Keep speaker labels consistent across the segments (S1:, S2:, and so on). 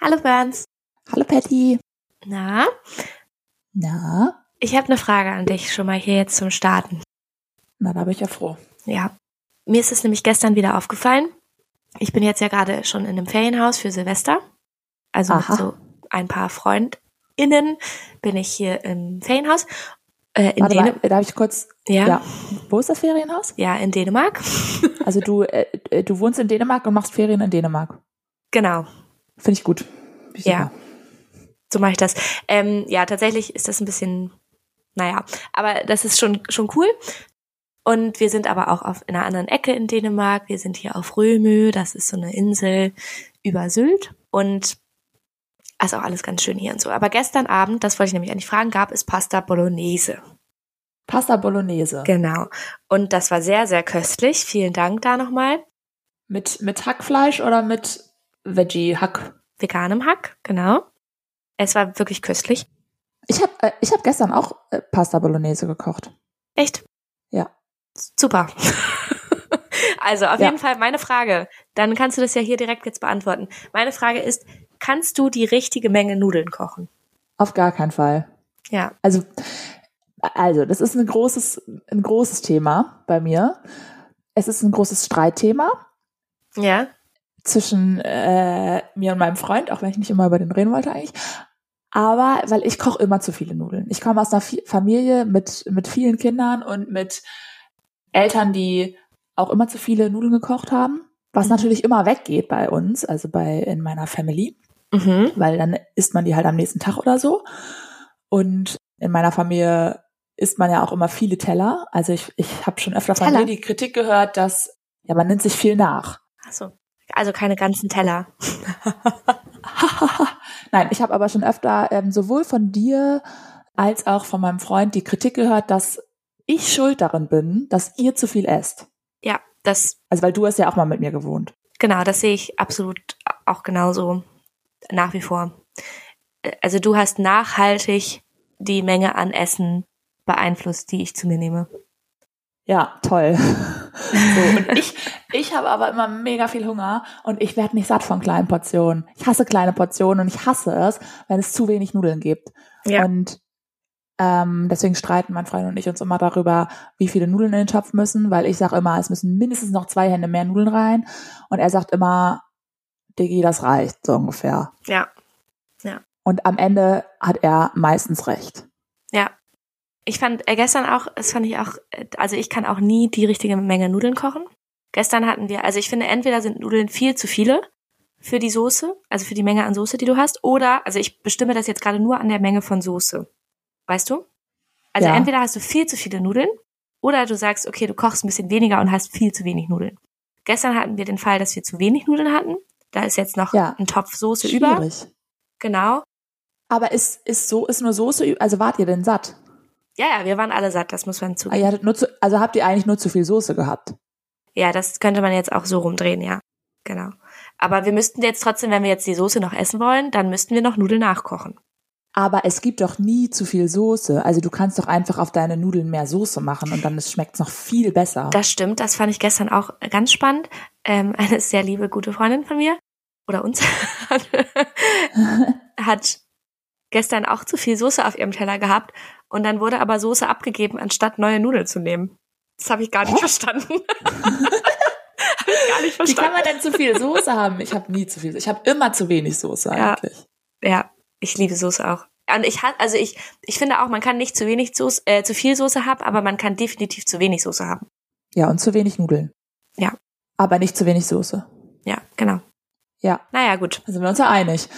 S1: Hallo Burns.
S2: Hallo Patty.
S1: Na,
S2: Na?
S1: ich habe eine Frage an dich schon mal hier jetzt zum Starten.
S2: Na, da bin ich ja froh.
S1: Ja. Mir ist es nämlich gestern wieder aufgefallen. Ich bin jetzt ja gerade schon in einem Ferienhaus für Silvester. Also
S2: Aha.
S1: mit so ein paar FreundInnen bin ich hier im Ferienhaus. Äh, in
S2: Warte mal,
S1: Dänemark.
S2: äh, darf ich kurz.
S1: Ja, ja.
S2: Ja. Wo ist das Ferienhaus?
S1: in Dänemark.
S2: Also du, äh, äh, du wohnst in Dänemark und machst Ferien in Dänemark.
S1: Genau.
S2: Finde ich gut. Finde ich
S1: Ja.
S2: super.
S1: So mache ich das. Ähm, ja, tatsächlich ist das ein bisschen, naja, aber das ist schon, schon cool. Und wir sind aber auch auf in einer anderen Ecke in Dänemark. Wir sind hier auf Römö, das ist so eine Insel über Sylt. Und ist auch alles ganz schön hier und so. Aber gestern Abend, das wollte ich nämlich eigentlich fragen, gab es Pasta Bolognese.
S2: Pasta Bolognese.
S1: Genau. Und das war sehr, sehr köstlich. Vielen Dank da nochmal.
S2: Mit, mit Hackfleisch oder mit Veggie-Hack?
S1: Veganem Hack, genau. Es war wirklich köstlich.
S2: Ich habe äh, ich hab gestern auch äh, Pasta Bolognese gekocht.
S1: Echt?
S2: Ja.
S1: Super. also auf
S2: Ja.
S1: jeden Fall meine Frage. Dann kannst du das ja hier direkt jetzt beantworten. Meine Frage ist, kannst du die richtige Menge Nudeln kochen?
S2: Auf gar keinen Fall.
S1: Ja.
S2: Also, also das ist ein großes, ein großes Thema bei mir. Es ist ein großes Streitthema.
S1: Ja.
S2: zwischen äh, mir und meinem Freund, auch wenn ich nicht immer über den reden wollte eigentlich. Aber weil ich koche immer zu viele Nudeln. Ich komme aus einer Fi- Familie mit, mit vielen Kindern und mit Eltern, die auch immer zu viele Nudeln gekocht haben, was
S1: Mhm.
S2: natürlich immer weggeht bei uns, also bei in meiner Family,
S1: Mhm.
S2: weil dann isst man die halt am nächsten Tag oder so. Und in meiner Familie isst man ja auch immer viele Teller. Also ich, ich habe schon öfter von
S1: Teller?
S2: mir die Kritik gehört, dass ja man nimmt sich viel nach.
S1: Achso. Also keine ganzen Teller.
S2: Nein, ich habe aber schon öfter ähm, sowohl von dir als auch von meinem Freund die Kritik gehört, dass ich schuld darin bin, dass ihr zu viel esst.
S1: Ja, das,
S2: Also weil du hast ja auch mal mit mir gewohnt.
S1: genau, das sehe ich absolut auch genauso nach wie vor. Äh, Also du hast nachhaltig die Menge an Essen beeinflusst, die ich zu mir nehme.
S2: Ja, toll. So, und ich, ich habe aber immer mega viel Hunger und ich werde nicht satt von kleinen Portionen. Ich hasse kleine Portionen und ich hasse es, wenn es zu wenig Nudeln gibt.
S1: Ja.
S2: Und ähm, deswegen streiten mein Freund und ich uns immer darüber, wie viele Nudeln in den Topf müssen, weil ich sage immer, es müssen mindestens noch zwei Hände mehr Nudeln rein. Und er sagt immer, Diggi, das reicht, so ungefähr.
S1: Ja.
S2: Und am Ende hat er meistens recht.
S1: Ich fand äh, gestern auch, das fand ich auch, äh, also ich kann auch nie die richtige Menge Nudeln kochen. Gestern hatten wir, also ich finde, entweder sind Nudeln viel zu viele für die Soße, also für die Menge an Soße, die du hast, oder, also ich bestimme das jetzt gerade nur an der Menge von Soße. Weißt du? Also
S2: Ja.
S1: entweder hast du viel zu viele Nudeln, oder du sagst, okay, du kochst ein bisschen weniger und hast viel zu wenig Nudeln. Gestern hatten wir den Fall, dass wir zu wenig Nudeln hatten. Da ist jetzt noch
S2: Ja.
S1: ein Topf Soße über. Genau.
S2: Aber ist, ist so, ist nur Soße, ü- also wart ihr denn satt?
S1: Ja, ja, wir waren alle satt, das muss man
S2: Ah,
S1: zugeben.
S2: Ihr hattet nur zu, also habt ihr eigentlich nur zu viel Soße gehabt?
S1: Ja, das könnte man jetzt auch so rumdrehen, ja. Genau. Aber wir müssten jetzt trotzdem, wenn wir jetzt die Soße noch essen wollen, dann müssten wir noch Nudeln nachkochen.
S2: Aber es gibt doch nie zu viel Soße. Also du kannst doch einfach auf deine Nudeln mehr Soße machen und dann schmeckt es noch viel besser.
S1: Das stimmt, das fand ich gestern auch ganz spannend. Ähm, eine sehr liebe, gute Freundin von mir oder uns hat, hat gestern auch zu viel Soße auf ihrem Teller gehabt und dann wurde aber Soße abgegeben, anstatt neue Nudeln zu nehmen. Das habe ich gar nicht
S2: Hä?
S1: verstanden. habe ich gar nicht
S2: Wie
S1: verstanden.
S2: kann man denn zu viel Soße haben? Ich habe nie zu viel. Ich habe immer zu wenig Soße
S1: Ja.
S2: eigentlich.
S1: Ja, ich liebe Soße auch. Und ich ha- also ich, ich finde auch, man kann nicht zu wenig Soße, äh, zu viel Soße haben, aber man kann definitiv zu wenig Soße haben.
S2: Ja, und zu wenig Nudeln.
S1: Ja.
S2: Aber nicht zu wenig Soße.
S1: Ja, genau.
S2: Ja.
S1: Naja, gut.
S2: Da sind wir uns ja einig.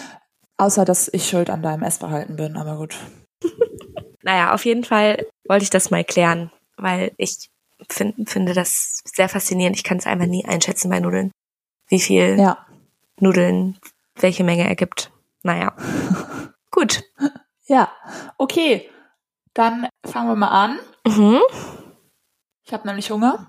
S2: Außer, dass ich schuld an deinem Essverhalten bin, aber gut.
S1: Naja, auf jeden Fall wollte ich das mal klären, weil ich find, finde das sehr faszinierend. Ich kann es einfach nie einschätzen bei Nudeln, wie viel
S2: Ja.
S1: Nudeln welche Menge ergibt. Naja. gut.
S2: Ja. Okay. Dann fangen wir mal an.
S1: Mhm.
S2: Ich habe nämlich Hunger.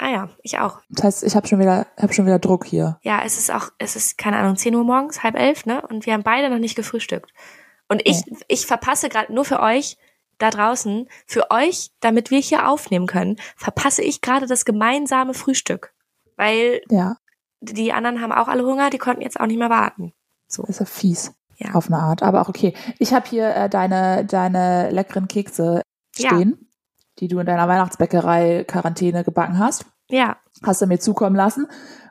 S1: Ah ja, ich auch.
S2: Das heißt, ich habe schon wieder, habe schon wieder Druck hier.
S1: Ja, es ist auch, es ist, keine Ahnung, 10 Uhr morgens, halb elf, ne? Und wir haben beide noch nicht gefrühstückt. Und ich, ich verpasse gerade nur für euch da draußen, für euch, damit wir hier aufnehmen können, verpasse ich gerade das gemeinsame Frühstück. Weil
S2: Ja.
S1: die anderen haben auch alle Hunger, die konnten jetzt auch nicht mehr warten. So.
S2: Ist ja fies.
S1: Ja.
S2: Auf eine Art. Aber auch okay. Ich habe hier äh, deine, deine leckeren Kekse
S1: Ja.
S2: stehen, die du in deiner Weihnachtsbäckerei Quarantäne gebacken hast.
S1: Ja,
S2: Hast du mir zukommen lassen.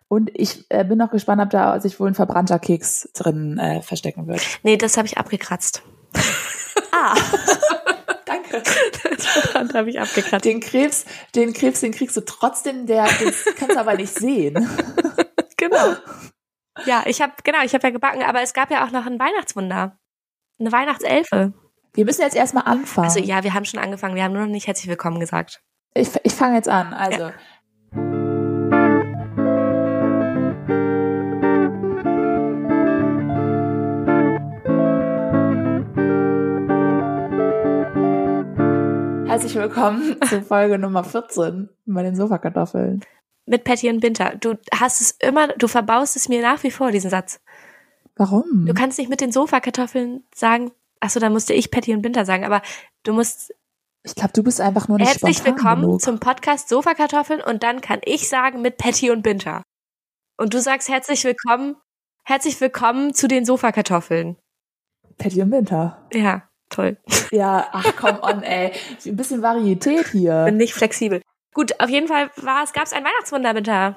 S2: Und ich äh, bin noch gespannt, ob da sich wohl ein verbrannter Keks drin äh, verstecken wird.
S1: nee, das habe ich abgekratzt.
S2: Ah. Danke.
S1: Das habe ich abgekratzt.
S2: Den Krebs, den Krebs, den kriegst du trotzdem, der, den kannst du aber nicht sehen.
S1: Genau. Ja, ich habe genau, ich habe ja gebacken, aber es gab ja auch noch ein Weihnachtswunder. Eine Weihnachtselfe.
S2: Wir müssen jetzt erstmal anfangen.
S1: Also ja, wir haben schon angefangen, wir haben nur noch nicht herzlich willkommen gesagt.
S2: Ich, ich fange jetzt an. Also. Herzlich willkommen zu Folge Nummer 14 bei den Sofakartoffeln.
S1: Mit Patty und Binter. Du hast es immer, du verbaust es mir nach wie vor, diesen Satz.
S2: Warum?
S1: Du kannst nicht mit den Sofakartoffeln sagen, achso, dann musste ich Patty und Binter sagen, aber du musst
S2: Ich glaube, du bist einfach nur nicht
S1: herzlich
S2: spontan
S1: willkommen
S2: genug.
S1: zum Podcast Sofakartoffeln und dann kann ich sagen mit Patty und Binter. Und du sagst herzlich willkommen, herzlich willkommen zu den Sofakartoffeln.
S2: Patty im Winter.
S1: Ja, toll.
S2: Ja, ach komm on, ey. Ein bisschen Varietät hier.
S1: Bin nicht flexibel. Gut, auf jeden Fall war es, gab es ein Weihnachtswunder, Binter.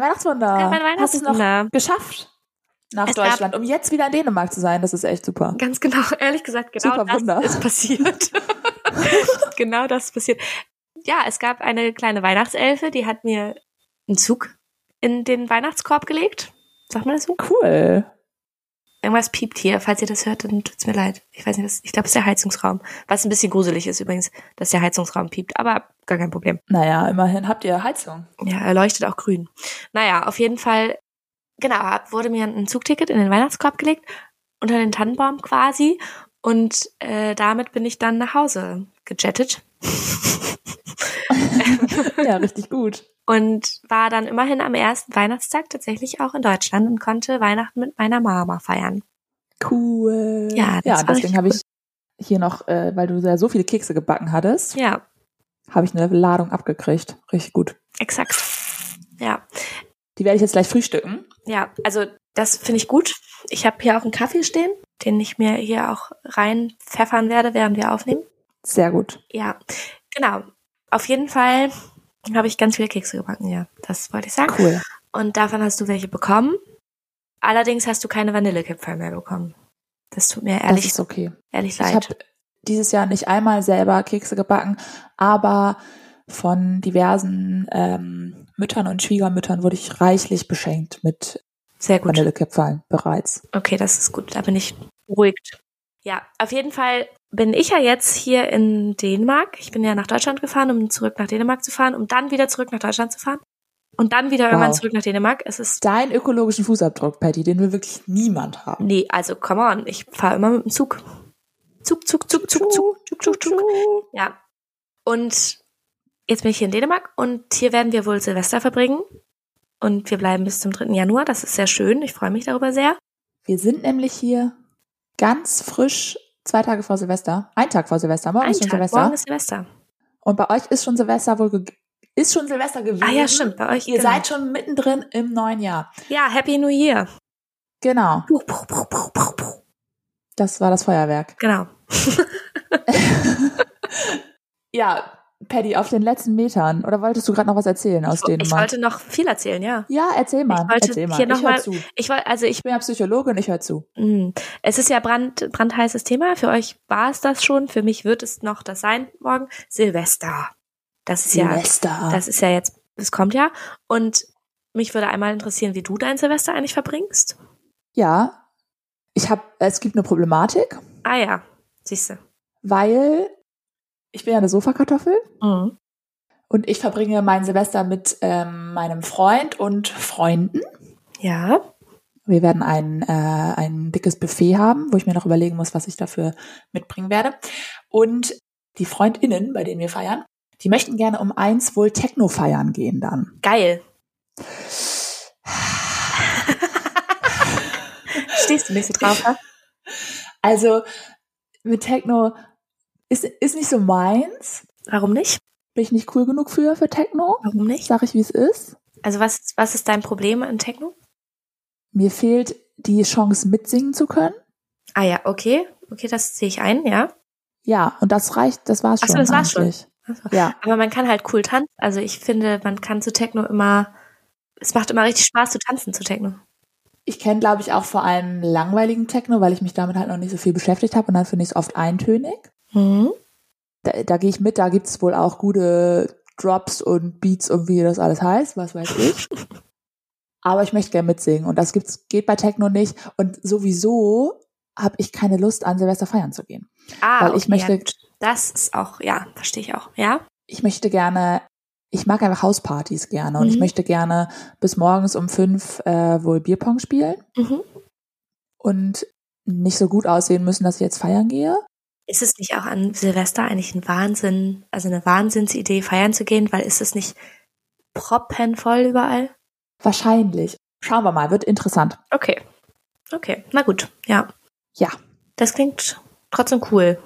S1: Es
S2: Weihnachtswunder.
S1: gab ein
S2: Hast du es noch
S1: Weihnachtswunder.
S2: geschafft nach
S1: Es gab-
S2: Deutschland, um jetzt wieder in Dänemark zu sein. Das ist echt super.
S1: Ganz genau, ehrlich gesagt, genau
S2: Super
S1: das
S2: Wunder.
S1: ist passiert. genau das ist passiert. Ja, es gab eine kleine Weihnachtselfe, die hat mir einen Zug in den Weihnachtskorb gelegt. Sagt man das so?
S2: Cool.
S1: Irgendwas piept hier. Falls ihr das hört, dann tut's mir leid. Ich weiß nicht, was, ich glaube, es ist der Heizungsraum. Was ein bisschen gruselig ist übrigens, dass der Heizungsraum piept, aber gar kein Problem.
S2: Naja, immerhin habt ihr Heizung.
S1: Ja, er leuchtet auch grün. Naja, auf jeden Fall, genau, hab- wurde mir ein Zugticket in den Weihnachtskorb gelegt, unter den Tannenbaum quasi. Und äh, damit bin ich dann nach Hause gejettet.
S2: ja, richtig gut.
S1: Und war dann immerhin am ersten Weihnachtstag tatsächlich auch in Deutschland und konnte Weihnachten mit meiner Mama feiern.
S2: Cool.
S1: Ja, das
S2: ja
S1: war richtig
S2: deswegen habe ich hier noch, äh, weil du ja so viele Kekse gebacken hattest,
S1: Ja,
S2: habe ich eine Ladung abgekriegt. Richtig gut.
S1: exakt. Ja,
S2: Die werde ich jetzt gleich frühstücken.
S1: ja, also das finde ich gut. Ich habe hier auch einen Kaffee stehen, den ich mir hier auch rein pfeffern werde, während wir aufnehmen.
S2: Sehr gut.
S1: Ja, genau. Auf jeden Fall habe ich ganz viele Kekse gebacken, ja. Das wollte ich sagen.
S2: Cool.
S1: Und davon hast du welche bekommen. Allerdings hast du keine Vanillekipferl mehr bekommen. Das tut mir
S2: Das
S1: ehrlich,
S2: ist okay.
S1: ehrlich
S2: Ich
S1: leid.
S2: habe dieses Jahr nicht einmal selber Kekse gebacken, aber von diversen ähm, Müttern und Schwiegermüttern wurde ich reichlich beschenkt mit
S1: Sehr gut.
S2: Vanillekipferln
S1: halt
S2: bereits.
S1: Okay, das ist gut. Da bin ich beruhigt. Ja, auf jeden Fall bin ich ja jetzt hier in Dänemark. Ich bin ja nach Deutschland gefahren, um zurück nach Dänemark zu fahren, um dann wieder zurück nach Deutschland zu fahren. Und dann wieder irgendwann
S2: Wow.
S1: zurück nach Dänemark. Es ist,
S2: Deinen ökologischen Fußabdruck, Patty, den will wirklich niemand haben.
S1: nee, also come on, ich fahre immer mit dem Zug. Zug, Zug, Zug, Zug, Zug. tschuk, tschuk. Ja. Und jetzt bin ich hier in Dänemark und hier werden wir wohl Silvester verbringen. Und wir bleiben bis zum 3. Januar. Das ist sehr schön. Ich freue mich darüber sehr.
S2: Wir sind nämlich hier ganz frisch zwei Tage vor Silvester, ein Tag vor Silvester, morgen
S1: Ein
S2: ist schon
S1: Tag.
S2: Silvester.
S1: Morgen ist Silvester.
S2: Und bei euch ist schon Silvester wohl ge- ist schon Silvester gewesen.
S1: Ah ja, stimmt. Bei euch.
S2: Ihr
S1: genau.
S2: seid schon mittendrin im neuen Jahr.
S1: Ja, Happy New Year.
S2: Genau,
S1: Puh, puh, puh, puh, puh, puh.
S2: das war das Feuerwerk.
S1: Genau.
S2: Ja, Paddy, auf den letzten Metern. Oder wolltest du gerade noch was erzählen aus
S1: Ich, ich
S2: Dänemark?
S1: wollte noch viel erzählen, ja.
S2: ja, erzähl mal.
S1: ich wollte
S2: erzähl mal.
S1: hier
S2: ich
S1: noch
S2: hör
S1: mal-
S2: zu.
S1: Ich wollte, also ich
S2: Ich bin ja Psychologe und ich höre zu.
S1: Mm. Es ist ja brand, brandheißes Thema. Für euch war es das schon. Für mich wird es noch das sein morgen. Silvester. Das ist ja,
S2: Silvester.
S1: das ist ja jetzt, es kommt ja. Und mich würde einmal interessieren, wie du dein Silvester eigentlich verbringst.
S2: ja, ich habe, es gibt eine Problematik,
S1: Ah ja, siehst du.
S2: weil ich bin ja eine Sofakartoffel
S1: Mhm.
S2: und ich verbringe mein Silvester mit ähm, meinem Freund und Freunden.
S1: Ja,
S2: Wir werden ein, äh, ein dickes Buffet haben, wo ich mir noch überlegen muss, was ich dafür mitbringen werde. Und die FreundInnen, bei denen wir feiern, die möchten gerne um eins wohl Techno feiern gehen dann.
S1: geil. Stehst du nicht so drauf? ne?
S2: Also mit Techno ist, ist nicht so meins.
S1: Warum nicht?
S2: Bin ich nicht cool genug für, für Techno?
S1: Warum nicht?
S2: Sag ich, wie es ist.
S1: Also was, was ist dein Problem an Techno?
S2: Mir fehlt die Chance mitsingen zu können.
S1: Ah ja, okay. Okay, das sehe ich ein, ja.
S2: Ja, und das reicht, das war's
S1: Ach so,
S2: schon.
S1: das war's schon.
S2: eigentlich.
S1: Also,
S2: Ja.
S1: Aber man kann halt cool tanzen. Also ich finde, man kann zu Techno immer, es macht immer richtig Spaß zu tanzen zu Techno.
S2: Ich kenne, glaube ich, auch vor allem langweiligen Techno, weil ich mich damit halt noch nicht so viel beschäftigt habe und dann finde ich es oft eintönig.
S1: Mhm.
S2: Da, da gehe ich mit, da gibt's wohl auch gute Drops und Beats und wie das alles heißt, was weiß ich. Aber ich möchte gerne mitsingen und das gibt's, geht bei Techno nicht. Und sowieso habe ich keine Lust, an Silvester feiern zu gehen.
S1: Ah,
S2: weil ich
S1: okay,
S2: möchte,
S1: ja. Das ist auch, ja, verstehe ich auch. Ja.
S2: ich möchte gerne, ich mag einfach Hauspartys gerne und ich
S1: Mhm.
S2: möchte gerne bis morgens um fünf äh, wohl Bierpong spielen
S1: Mhm.
S2: und nicht so gut aussehen müssen, dass ich jetzt feiern gehe.
S1: Ist es nicht auch an Silvester eigentlich ein Wahnsinn, also eine Wahnsinnsidee, feiern zu gehen, weil ist es nicht proppenvoll überall?
S2: Wahrscheinlich. Schauen wir mal, wird interessant.
S1: Okay. Okay, na gut, ja.
S2: Ja.
S1: Das klingt trotzdem cool.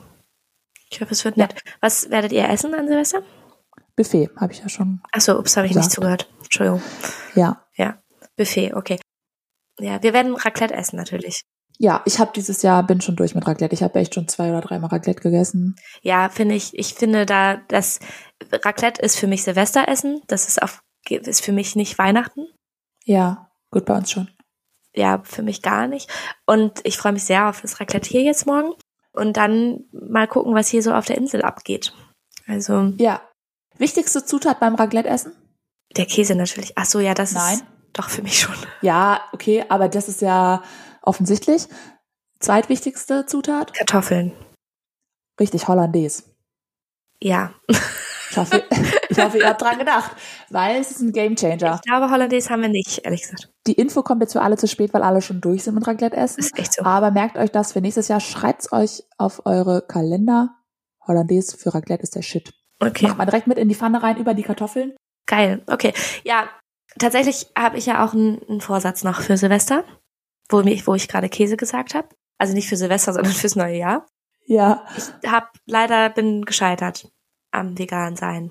S1: Ich hoffe, es wird
S2: Ja.
S1: nett. Was werdet ihr essen an Silvester?
S2: Buffet, habe ich ja schon.
S1: Achso, ups, habe ich nicht
S2: Gesagt.
S1: zugehört. Entschuldigung.
S2: Ja.
S1: Buffet, okay. Ja, wir werden Raclette essen natürlich.
S2: Ja, ich habe dieses Jahr, bin schon durch mit Raclette. Ich habe echt schon zwei oder dreimal Raclette gegessen.
S1: Ja, finde ich, ich finde da, das Raclette ist für mich Silvesteressen, das ist auf, ist für mich nicht Weihnachten.
S2: Ja, gut bei uns schon.
S1: ja, für mich gar nicht. Und ich freue mich sehr auf das Raclette hier jetzt morgen. Und dann mal gucken, was hier so auf der Insel abgeht. Also
S2: Ja. Wichtigste Zutat beim Raclette essen?
S1: der Käse natürlich. Ach so, ja, das ist
S2: Nein.
S1: doch für mich schon.
S2: Ja, okay, aber das ist ja offensichtlich. Zweitwichtigste Zutat?
S1: Kartoffeln.
S2: Richtig, Hollandaise.
S1: Ja.
S2: Ich hoffe, ich hoffe, ihr habt dran gedacht, weil es ist ein Gamechanger.
S1: Ich glaube, Hollandaise haben wir nicht, ehrlich gesagt.
S2: Die Info kommt jetzt für alle zu spät, weil alle schon durch sind mit Raclette essen.
S1: Ist echt so.
S2: Aber merkt euch das für nächstes Jahr, schreibt's euch auf eure Kalender. Hollandaise für Raclette ist der Shit.
S1: Okay.
S2: Macht man direkt mit in die Pfanne rein über die Kartoffeln.
S1: Geil. Okay. Ja, tatsächlich habe ich ja auch einen, einen Vorsatz noch für Silvester, wo, mich, wo ich gerade Käse gesagt habe. Also nicht für Silvester, sondern fürs neue Jahr.
S2: Ja.
S1: Ich habe leider bin gescheitert am vegan sein.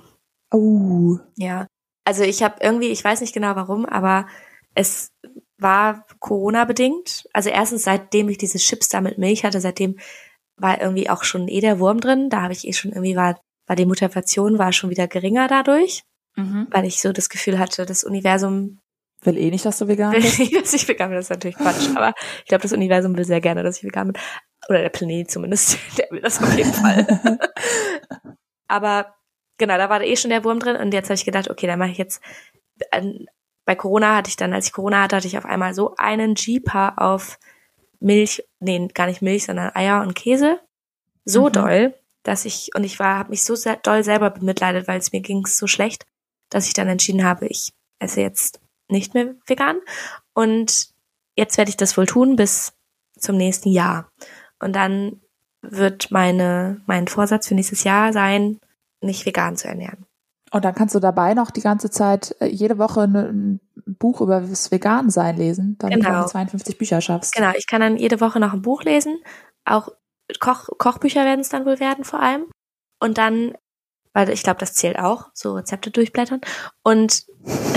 S2: Oh.
S1: Ja. Also ich habe irgendwie, ich weiß nicht genau warum, aber es war Corona bedingt. Also erstens, seitdem ich diese Chips da mit Milch hatte, seitdem war irgendwie auch schon eh der Wurm drin. Da habe ich eh schon irgendwie war, war die Motivation war schon wieder geringer dadurch, weil ich so das Gefühl hatte, das Universum
S2: Will eh nicht, dass du vegan
S1: will
S2: bist.
S1: nicht, dass ich vegan bin. Das ist natürlich Quatsch, aber ich glaube, das Universum will sehr gerne, dass ich vegan bin. Oder der Planet zumindest, der will das auf jeden Fall. Aber genau, da war eh schon der Wurm drin und jetzt habe ich gedacht, okay, dann mache ich jetzt. an- Bei Corona hatte ich dann, als ich Corona hatte, hatte ich auf einmal so einen Jeeper auf Milch, nee, gar nicht Milch, sondern Eier und Käse. So
S2: Mhm.
S1: doll, dass ich, und ich war, habe mich so sehr, doll selber bemitleidet, weil es mir ging so schlecht, dass ich dann entschieden habe, ich esse jetzt nicht mehr vegan. Und jetzt werde ich das wohl tun bis zum nächsten Jahr. Und dann wird meine, mein Vorsatz für nächstes Jahr sein, mich vegan zu ernähren.
S2: Und dann kannst du dabei noch die ganze Zeit äh, jede Woche ne- ein Buch über das Vegan-Sein lesen, damit du
S1: Genau.
S2: auch 52 Bücher schaffst.
S1: Genau, ich kann dann jede Woche noch ein Buch lesen. Auch Koch, Kochbücher werden es dann wohl werden vor allem. Und dann, weil ich glaube, das zählt auch, so Rezepte durchblättern. Und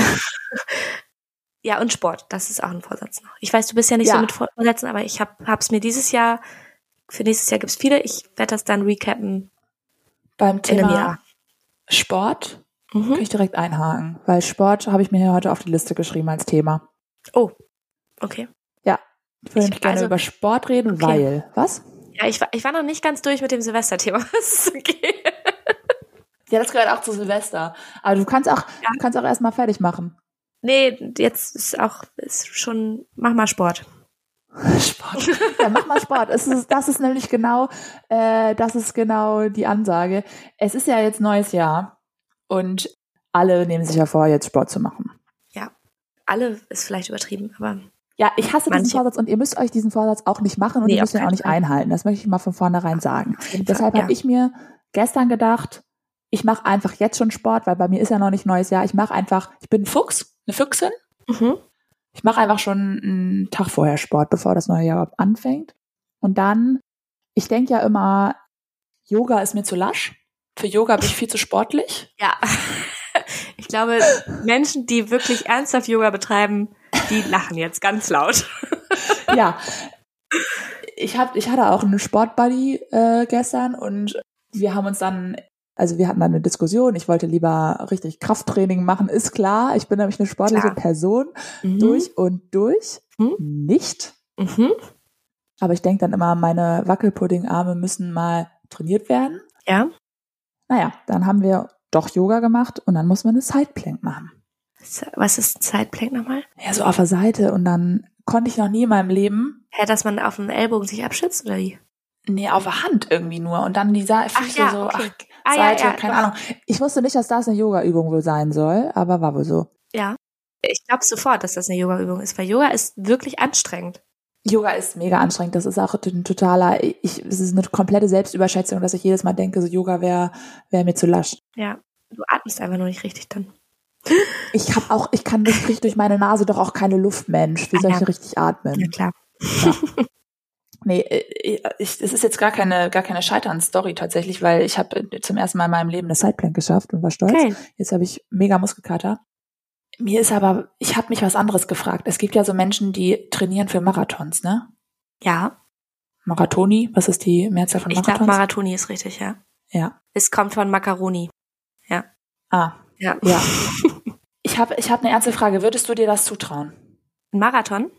S1: ja, und Sport, das ist auch ein Vorsatz noch. Ich weiß, du bist ja nicht so
S2: Ja.
S1: mit Vor- Vorsätzen, aber ich hab, hab's mir dieses Jahr, für nächstes Jahr gibt's viele. Ich werde das dann recappen
S2: Beim
S1: in einem
S2: Thema
S1: Jahr.
S2: Sport kann
S1: Mhm.
S2: ich direkt einhaken, weil Sport habe ich mir hier heute auf die Liste geschrieben als Thema.
S1: Okay.
S2: Ich würde
S1: Ich-
S2: nämlich gerne
S1: also-
S2: über Sport reden,
S1: Okay.
S2: weil. Was?
S1: Ja, ich war, ich war noch nicht ganz durch mit dem Silvester-Thema. Das ist okay.
S2: Ja, das gehört auch zu Silvester. Aber du kannst auch, du kannst auch erstmal fertig machen.
S1: Nee, jetzt ist auch ist schon, mach mal Sport.
S2: Sport. Ja, mach mal Sport. Es ist, das ist nämlich genau, äh, das ist genau die Ansage. Es ist ja jetzt neues Jahr und alle nehmen sich ja vor, jetzt Sport zu machen.
S1: Alle ist vielleicht übertrieben, aber
S2: Ja, ich hasse
S1: Manche.
S2: diesen Vorsatz und ihr müsst euch diesen Vorsatz auch nicht machen und
S1: Nee,
S2: ihr müsst
S1: auf
S2: ihn auch
S1: keinen
S2: nicht
S1: Fall.
S2: einhalten. Das möchte ich mal von vornherein sagen.
S1: auf jeden
S2: Deshalb
S1: Fall.
S2: habe ich mir gestern gedacht, ich mache einfach jetzt schon Sport, weil bei mir ist ja noch nicht neues Jahr. Ich mache einfach, ich bin ein Fuchs, eine Füchsin.
S1: ja. Mhm.
S2: Ich mache einfach schon einen Tag vorher Sport, bevor das neue Jahr anfängt. Und dann, ich denke ja immer, Yoga ist mir zu lasch. Für Yoga bin ich viel zu sportlich.
S1: ja. Ich glaube, Menschen, die wirklich ernsthaft Yoga betreiben, die lachen jetzt ganz laut.
S2: ja. Ich, hab, ich hatte auch einen Sportbuddy äh, gestern und wir haben uns dann, also wir hatten dann eine Diskussion, ich wollte lieber richtig Krafttraining machen, ist klar, ich bin nämlich eine sportliche
S1: Klar.
S2: Person,
S1: Mhm.
S2: durch und durch,
S1: Mhm.
S2: nicht.
S1: Mhm.
S2: Aber ich denke dann immer, meine Wackelpuddingarme müssen mal trainiert werden.
S1: Ja.
S2: Naja, dann haben wir doch Yoga gemacht und dann muss man eine Sideplank machen.
S1: Was ist ein Sideplank nochmal?
S2: Ja, so auf der Seite und dann konnte ich noch nie in meinem Leben,
S1: Hä, dass man auf dem Ellbogen sich abschützt oder wie?
S2: nee, auf der Hand irgendwie nur und dann die Sa Füße
S1: ja,
S2: so,
S1: okay.
S2: ach,
S1: Ah, ja,
S2: Seite,
S1: ja,
S2: keine
S1: doch.
S2: Ahnung. Ich wusste nicht, dass das eine Yoga-Übung wohl sein soll, aber war wohl so.
S1: Ja. Ich glaube sofort, dass das eine Yoga-Übung ist, weil Yoga ist wirklich anstrengend.
S2: Yoga ist mega anstrengend. Das ist auch ein totaler, ich, es ist eine komplette Selbstüberschätzung, dass ich jedes Mal denke, so Yoga wäre wär mir zu lasch.
S1: Ja. Du atmest einfach nur nicht richtig dann.
S2: Ich habe auch, ich kann durch, krieg durch meine Nase doch auch keine Luft, Mensch. Wie
S1: Ah,
S2: soll
S1: ja.
S2: ich richtig atmen?
S1: Ja, klar.
S2: Nee, äh, ich, es ist jetzt gar keine, gar keine Scheitern-Story tatsächlich, weil ich habe zum ersten Mal in meinem Leben eine Sideplank geschafft und war stolz.
S1: Geil.
S2: Jetzt habe ich mega Muskelkater. Mir ist aber, ich habe mich was anderes gefragt. Es gibt ja so Menschen, die trainieren für Marathons, ne?
S1: Ja.
S2: Marathoni, was ist die Mehrzahl von
S1: Ich glaube,
S2: Marathons?
S1: Marathoni ist richtig, ja.
S2: ja.
S1: Es kommt von Macaroni.
S2: Ah,
S1: Ja.
S2: ja. ich habe ich hab eine ernste Frage. Würdest du dir das zutrauen?
S1: Ein Marathon?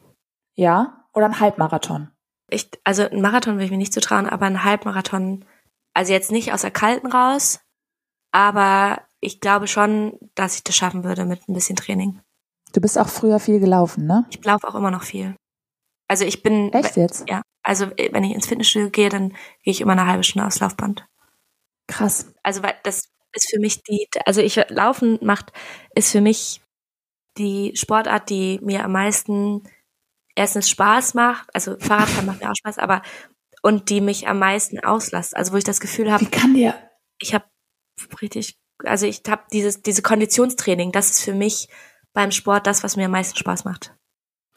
S2: Ja? Oder ein Halbmarathon?
S1: Ich, also ein Marathon will ich mir nicht zutrauen, aber ein Halbmarathon, also jetzt nicht aus der Kalten raus, aber ich glaube schon, dass ich das schaffen würde mit ein bisschen Training.
S2: Du bist auch früher viel gelaufen, ne?
S1: Ich laufe auch immer noch viel. Also ich bin,
S2: Echt jetzt?
S1: ja, also äh, wenn ich ins Fitnessstudio gehe, dann gehe ich immer eine halbe Stunde aufs Laufband.
S2: Krass.
S1: Also weil das ist für mich die, also ich laufen macht, ist für mich die Sportart, die mir am meisten erstens Spaß macht, also Fahrradfahren macht mir auch Spaß, aber und die mich am meisten auslastet. Also wo ich das Gefühl habe,
S2: Wie kann dir,
S1: ich habe richtig, also ich habe dieses diese Konditionstraining, das ist für mich beim Sport das, was mir am meisten Spaß macht.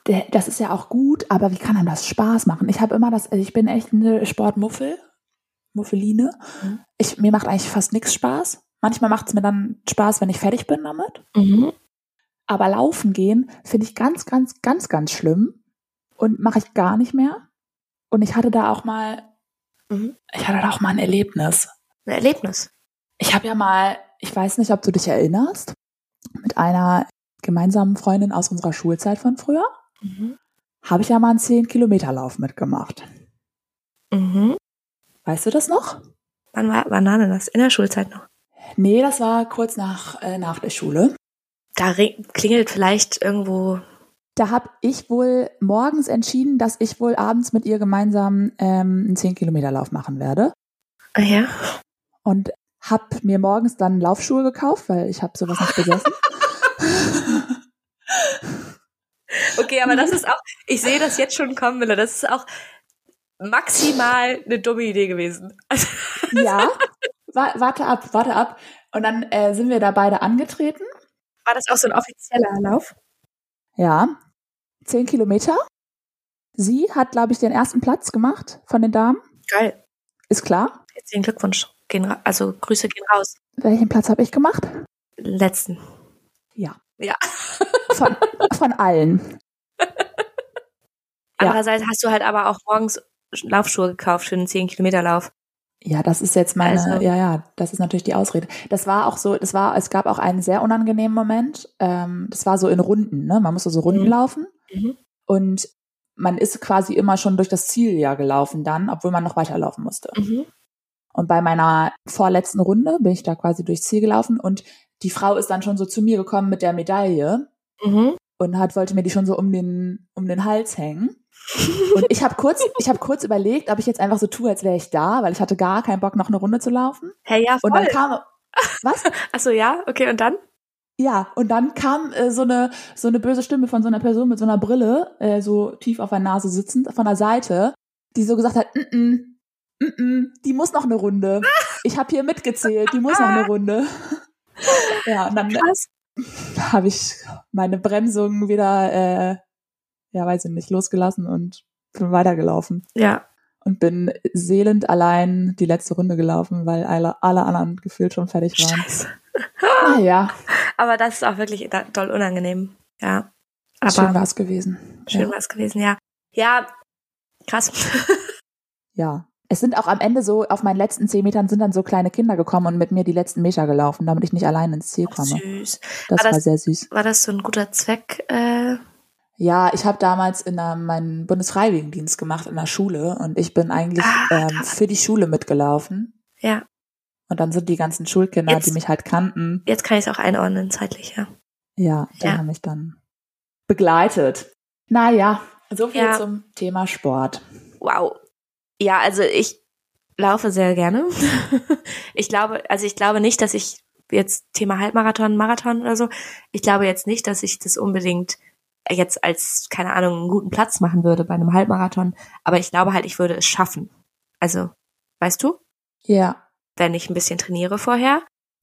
S2: Der- das ist ja auch gut, aber wie kann einem das Spaß machen? Ich habe immer das, also ich bin echt eine Sportmuffel, Muffeline.
S1: Mhm.
S2: Ich, mir macht eigentlich fast nichts Spaß. Manchmal macht es mir dann Spaß, wenn ich fertig bin damit. Aber laufen gehen finde ich ganz, ganz, ganz, ganz schlimm und mache ich gar nicht mehr. Und ich hatte da auch mal,
S1: Mhm.
S2: ich hatte da auch mal ein Erlebnis.
S1: Ein Erlebnis.
S2: Ich habe ja mal, ich weiß nicht, ob du dich erinnerst, mit einer gemeinsamen Freundin aus unserer Schulzeit von früher, habe ich ja mal einen 10-Kilometer-Lauf mitgemacht.
S1: Mhm.
S2: Weißt du das noch?
S1: Wann war Banane das? In der Schulzeit noch.
S2: Nee, das war kurz nach, äh, nach der Schule.
S1: Da ring- klingelt vielleicht irgendwo.
S2: Da habe ich wohl morgens entschieden, dass ich wohl abends mit ihr gemeinsam ähm, einen 10-Kilometer-Lauf machen werde.
S1: Ah Ja.
S2: Und habe mir morgens dann Laufschuhe gekauft, weil ich habe sowas nicht besessen.
S1: Okay, aber das ist auch. Ich sehe das jetzt schon kommen, Miller. Das ist auch maximal eine dumme Idee gewesen. Also,
S2: ja, wa warte ab, warte ab. Und dann äh, sind wir da beide angetreten.
S1: war das auch so ein offizieller Lauf?
S2: Ja, 10 Kilometer. Sie hat, glaube ich, den ersten Platz gemacht von den Damen.
S1: Geil.
S2: Ist klar.
S1: Herzlichen Glückwunsch. Gehen, ra- also Grüße gehen raus.
S2: Welchen Platz habe ich gemacht?
S1: Letzten.
S2: Ja.
S1: Ja.
S2: Von, von allen. Ja.
S1: Andererseits hast du halt aber auch morgens Laufschuhe gekauft für einen 10-Kilometer-Lauf.
S2: Ja, das ist jetzt meine,
S1: Also-
S2: ja, ja, das ist natürlich die Ausrede. Das war auch so, das war, es gab auch einen sehr unangenehmen Moment. Ähm, das war so in Runden, ne? Man musste so Runden
S1: Mhm.
S2: laufen
S1: Mhm.
S2: und man ist quasi immer schon durch das Ziel ja gelaufen dann, obwohl man noch weiterlaufen musste.
S1: Mhm.
S2: Und bei meiner vorletzten Runde bin ich da quasi durchs Ziel gelaufen und die Frau ist dann schon so zu mir gekommen mit der Medaille
S1: Mhm.
S2: und hat wollte mir die schon so um den um den Hals hängen. Und ich habe kurz ich habe kurz überlegt, ob ich jetzt einfach so tue, als wäre ich da, weil ich hatte gar keinen Bock noch eine Runde zu laufen.
S1: Hey, ja,
S2: Und dann
S1: voll.
S2: kam was?
S1: Achso, ja, okay, und dann?
S2: Ja, und dann kam äh, so eine so eine böse Stimme von so einer Person mit so einer Brille, äh, so tief auf der Nase sitzend von der Seite, die so gesagt hat, mm -mm, mm -mm, die muss noch eine Runde. Ich habe hier mitgezählt, die muss noch eine Runde. Ja, und dann
S1: Was?
S2: habe ich meine Bremsung wieder, äh, ja, weiß ich nicht, losgelassen und bin weitergelaufen
S1: Ja.
S2: und bin seelend allein die letzte Runde gelaufen, weil alle, alle anderen gefühlt schon fertig waren.
S1: Scheiße.
S2: Naja,
S1: Aber das ist auch wirklich da- doll unangenehm. Ja.
S2: schön
S1: Aber
S2: war es gewesen.
S1: schön
S2: ja.
S1: war es gewesen, ja. Ja, krass.
S2: Ja. Es sind auch am Ende so, auf meinen letzten zehn Metern sind dann so kleine Kinder gekommen und mit mir die letzten Meter gelaufen, damit ich nicht allein ins Ziel komme.
S1: Süß.
S2: Das
S1: Ah,
S2: war
S1: das-
S2: sehr süß.
S1: War das so ein guter Zweck? Äh,
S2: Ja, ich habe damals in einer, meinen Bundesfreiwilligendienst gemacht in der Schule und ich bin eigentlich
S1: Ah,
S2: ähm, für die Schule mitgelaufen.
S1: ja,
S2: Und dann sind die ganzen Schulkinder,
S1: Jetzt-
S2: die mich halt kannten,
S1: jetzt kann ich es auch einordnen zeitlich, ja.
S2: ja, die
S1: Ja.
S2: haben mich dann begleitet. Naja, so viel
S1: Ja.
S2: zum Thema Sport.
S1: Wow. Ja, also ich laufe sehr gerne. ich glaube, also ich glaube nicht, dass ich jetzt Thema Halbmarathon, Marathon oder so. Ich glaube jetzt nicht, dass ich das unbedingt jetzt als, keine Ahnung, einen guten Platz machen würde bei einem Halbmarathon. Aber ich glaube halt, ich würde es schaffen. Also, weißt du?
S2: Ja,
S1: wenn ich ein bisschen trainiere vorher.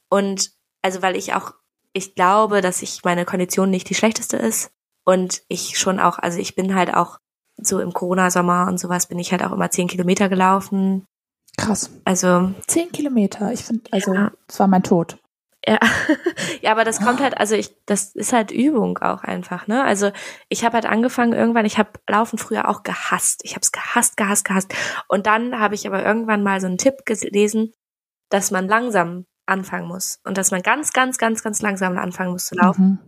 S1: Und also weil ich auch, ich glaube, dass ich meine Kondition nicht die schlechteste ist. Und ich schon auch, also ich bin halt auch so im Corona-Sommer und sowas bin ich halt auch immer zehn Kilometer gelaufen.
S2: krass.
S1: Also,
S2: Zehn Kilometer. Ich finde, also,
S1: Ja.
S2: das war mein Tod.
S1: ja. ja, aber das kommt halt, also ich, das ist halt Übung auch einfach, ne? Also ich habe halt angefangen irgendwann, ich habe Laufen früher auch gehasst. Ich habe es gehasst, gehasst, gehasst. Und dann habe ich aber irgendwann mal so einen Tipp gelesen, dass man langsam anfangen muss und dass man ganz, ganz, ganz, ganz langsam anfangen muss zu laufen,
S2: Mhm.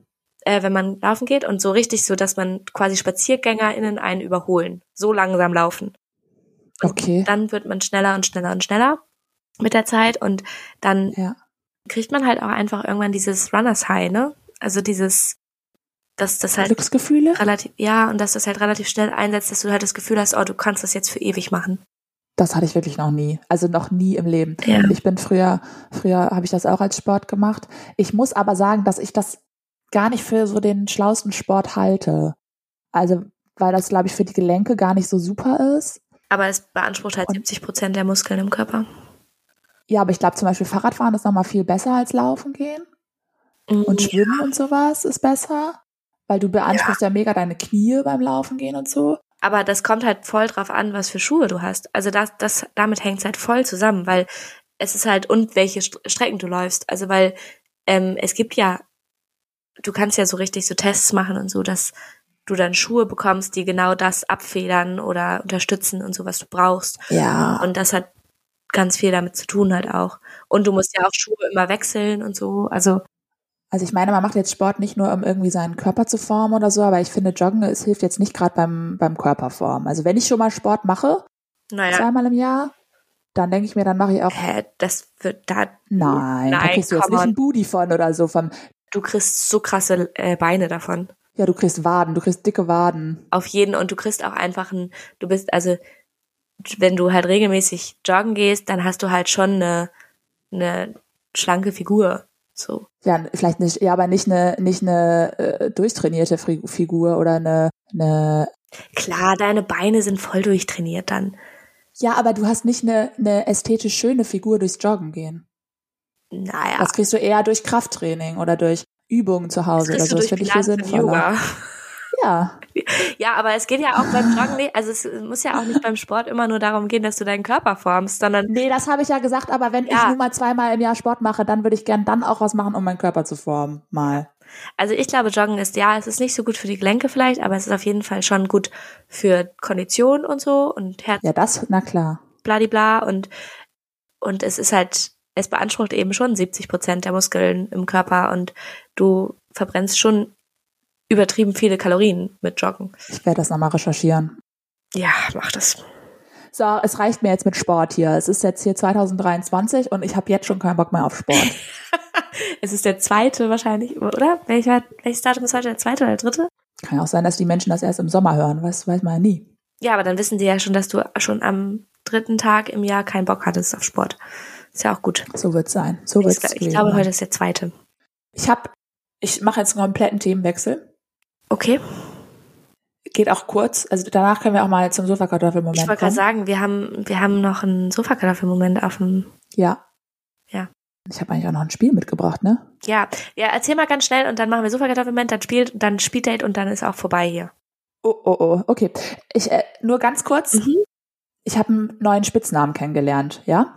S1: äh, wenn man laufen geht und so richtig so, dass man quasi SpaziergängerInnen einen überholen. So langsam laufen
S2: Okay.
S1: dann wird man schneller und schneller und schneller mit der Zeit und dann
S2: Ja.
S1: kriegt man halt auch einfach irgendwann dieses Runners High, ne? Also dieses, dass das
S2: Also
S1: halt
S2: Glücksgefühle?
S1: relativ, ja, und dass das halt relativ schnell einsetzt, dass du halt das Gefühl hast, oh, du kannst das jetzt für ewig machen.
S2: Das hatte ich wirklich noch nie. Also noch nie im Leben.
S1: Ja.
S2: Ich bin früher, früher habe ich das auch als Sport gemacht. Ich muss aber sagen, dass ich das gar nicht für so den schlausten Sport halte. Also, weil das, glaube ich, für die Gelenke gar nicht so super ist.
S1: Aber es beansprucht halt
S2: Und-
S1: 70 Prozent der Muskeln im Körper.
S2: Ja, aber ich glaube zum Beispiel Fahrradfahren ist nochmal viel besser als Laufen gehen. Und
S1: Mhm.
S2: Schwimmen und sowas ist besser. Weil du beanspruchst ja mega deine Knie beim Laufen gehen und so.
S1: Aber das kommt halt voll drauf an, was für Schuhe du hast. Also das, das, damit hängt's halt voll zusammen, weil es ist halt, und welche St- Strecken du läufst. Also weil ähm, es gibt ja, du kannst ja so richtig so Tests machen und so, dass du dann Schuhe bekommst, die genau das abfedern oder unterstützen und so, was du brauchst.
S2: Ja.
S1: Und das hat ganz viel damit zu tun halt auch. Und du musst ja auch Schuhe immer wechseln und so. Also
S2: Also ich meine, man macht jetzt Sport nicht nur, um irgendwie seinen Körper zu formen oder so, aber ich finde, Joggen es hilft jetzt nicht gerade beim, beim Körperformen. Also wenn ich schon mal Sport mache,
S1: naja,
S2: zweimal im Jahr, dann denke ich mir, dann mache ich auch,
S1: hä, das wird da,
S2: nein, da
S1: Nein,
S2: kriegst du jetzt
S1: come
S2: nicht
S1: on.
S2: einen Booty von oder so. Vom,
S1: du kriegst so krasse äh, Beine davon.
S2: ja, du kriegst Waden, du kriegst dicke Waden.
S1: auf jeden und du kriegst auch einfach ein, du bist, also wenn du halt regelmäßig joggen gehst, dann hast du halt schon eine, eine schlanke Figur. So.
S2: Ja, vielleicht nicht, ja, aber nicht eine, nicht eine äh, durchtrainierte Fri- Figur oder eine, eine,
S1: Klar, deine Beine sind voll durchtrainiert dann.
S2: ja, aber du hast nicht eine, eine ästhetisch schöne Figur durchs Joggen gehen.
S1: Naja.
S2: Das kriegst du eher durch Krafttraining oder durch Übungen zu Hause oder
S1: kriegst
S2: so. Das finde ich viel ne?
S1: Pilates und
S2: sinnvoller. Ja.
S1: Ja, aber es geht ja auch beim Joggen nicht, also es muss ja auch nicht beim Sport immer nur darum gehen, dass du deinen Körper formst, sondern
S2: Nee, das habe ich ja gesagt, aber wenn ich
S1: Ja.
S2: nun mal zweimal im Jahr Sport mache, dann würde ich gern dann auch was machen, um meinen Körper zu formen. Mal.
S1: also ich glaube, Joggen ist ja, es ist nicht so gut für die Gelenke vielleicht, aber es ist auf jeden Fall schon gut für Kondition und so und Herz
S2: Ja, das, na klar.
S1: bladibla und, und es ist halt, es beansprucht eben schon 70 Prozent der Muskeln im Körper und du verbrennst schon übertrieben viele Kalorien mit Joggen.
S2: Ich werde das nochmal recherchieren.
S1: Ja, mach das.
S2: So, es reicht mir jetzt mit Sport hier. Es ist jetzt hier 2023 und ich habe jetzt schon keinen Bock mehr auf Sport.
S1: Es ist der zweite wahrscheinlich, oder? Welcher, welches Datum ist heute? Der zweite oder der dritte?
S2: Kann ja auch sein, dass die Menschen das erst im Sommer hören. Weiß, weiß man ja nie.
S1: Ja, aber dann wissen sie ja schon, dass du schon am dritten Tag im Jahr keinen Bock hattest auf Sport. Ist ja auch gut.
S2: So wird's sein. So
S1: Ich,
S2: wird's
S1: gl- Oh, ich
S2: gewesen
S1: glaube,
S2: sein.
S1: heute ist der zweite.
S2: Ich habe, ich mache jetzt einen kompletten Themenwechsel.
S1: Okay.
S2: Geht auch kurz. Also danach können wir auch mal zum Sofakartoffelmoment
S1: Ich
S2: kommen.
S1: wollte gerade sagen, wir haben, wir haben noch einen Sofakartoffelmoment auf dem
S2: Ja.
S1: Ja.
S2: Ich habe eigentlich auch noch ein Spiel mitgebracht, ne?
S1: Ja, ja, erzähl mal ganz schnell und dann machen wir Sofakartoffelmoment, dann spielt, dann Speeddate und dann ist auch vorbei hier.
S2: Oh, oh, oh, okay. Ich, äh, nur ganz kurz.
S1: Mhm.
S2: Ich habe einen neuen Spitznamen kennengelernt, ja?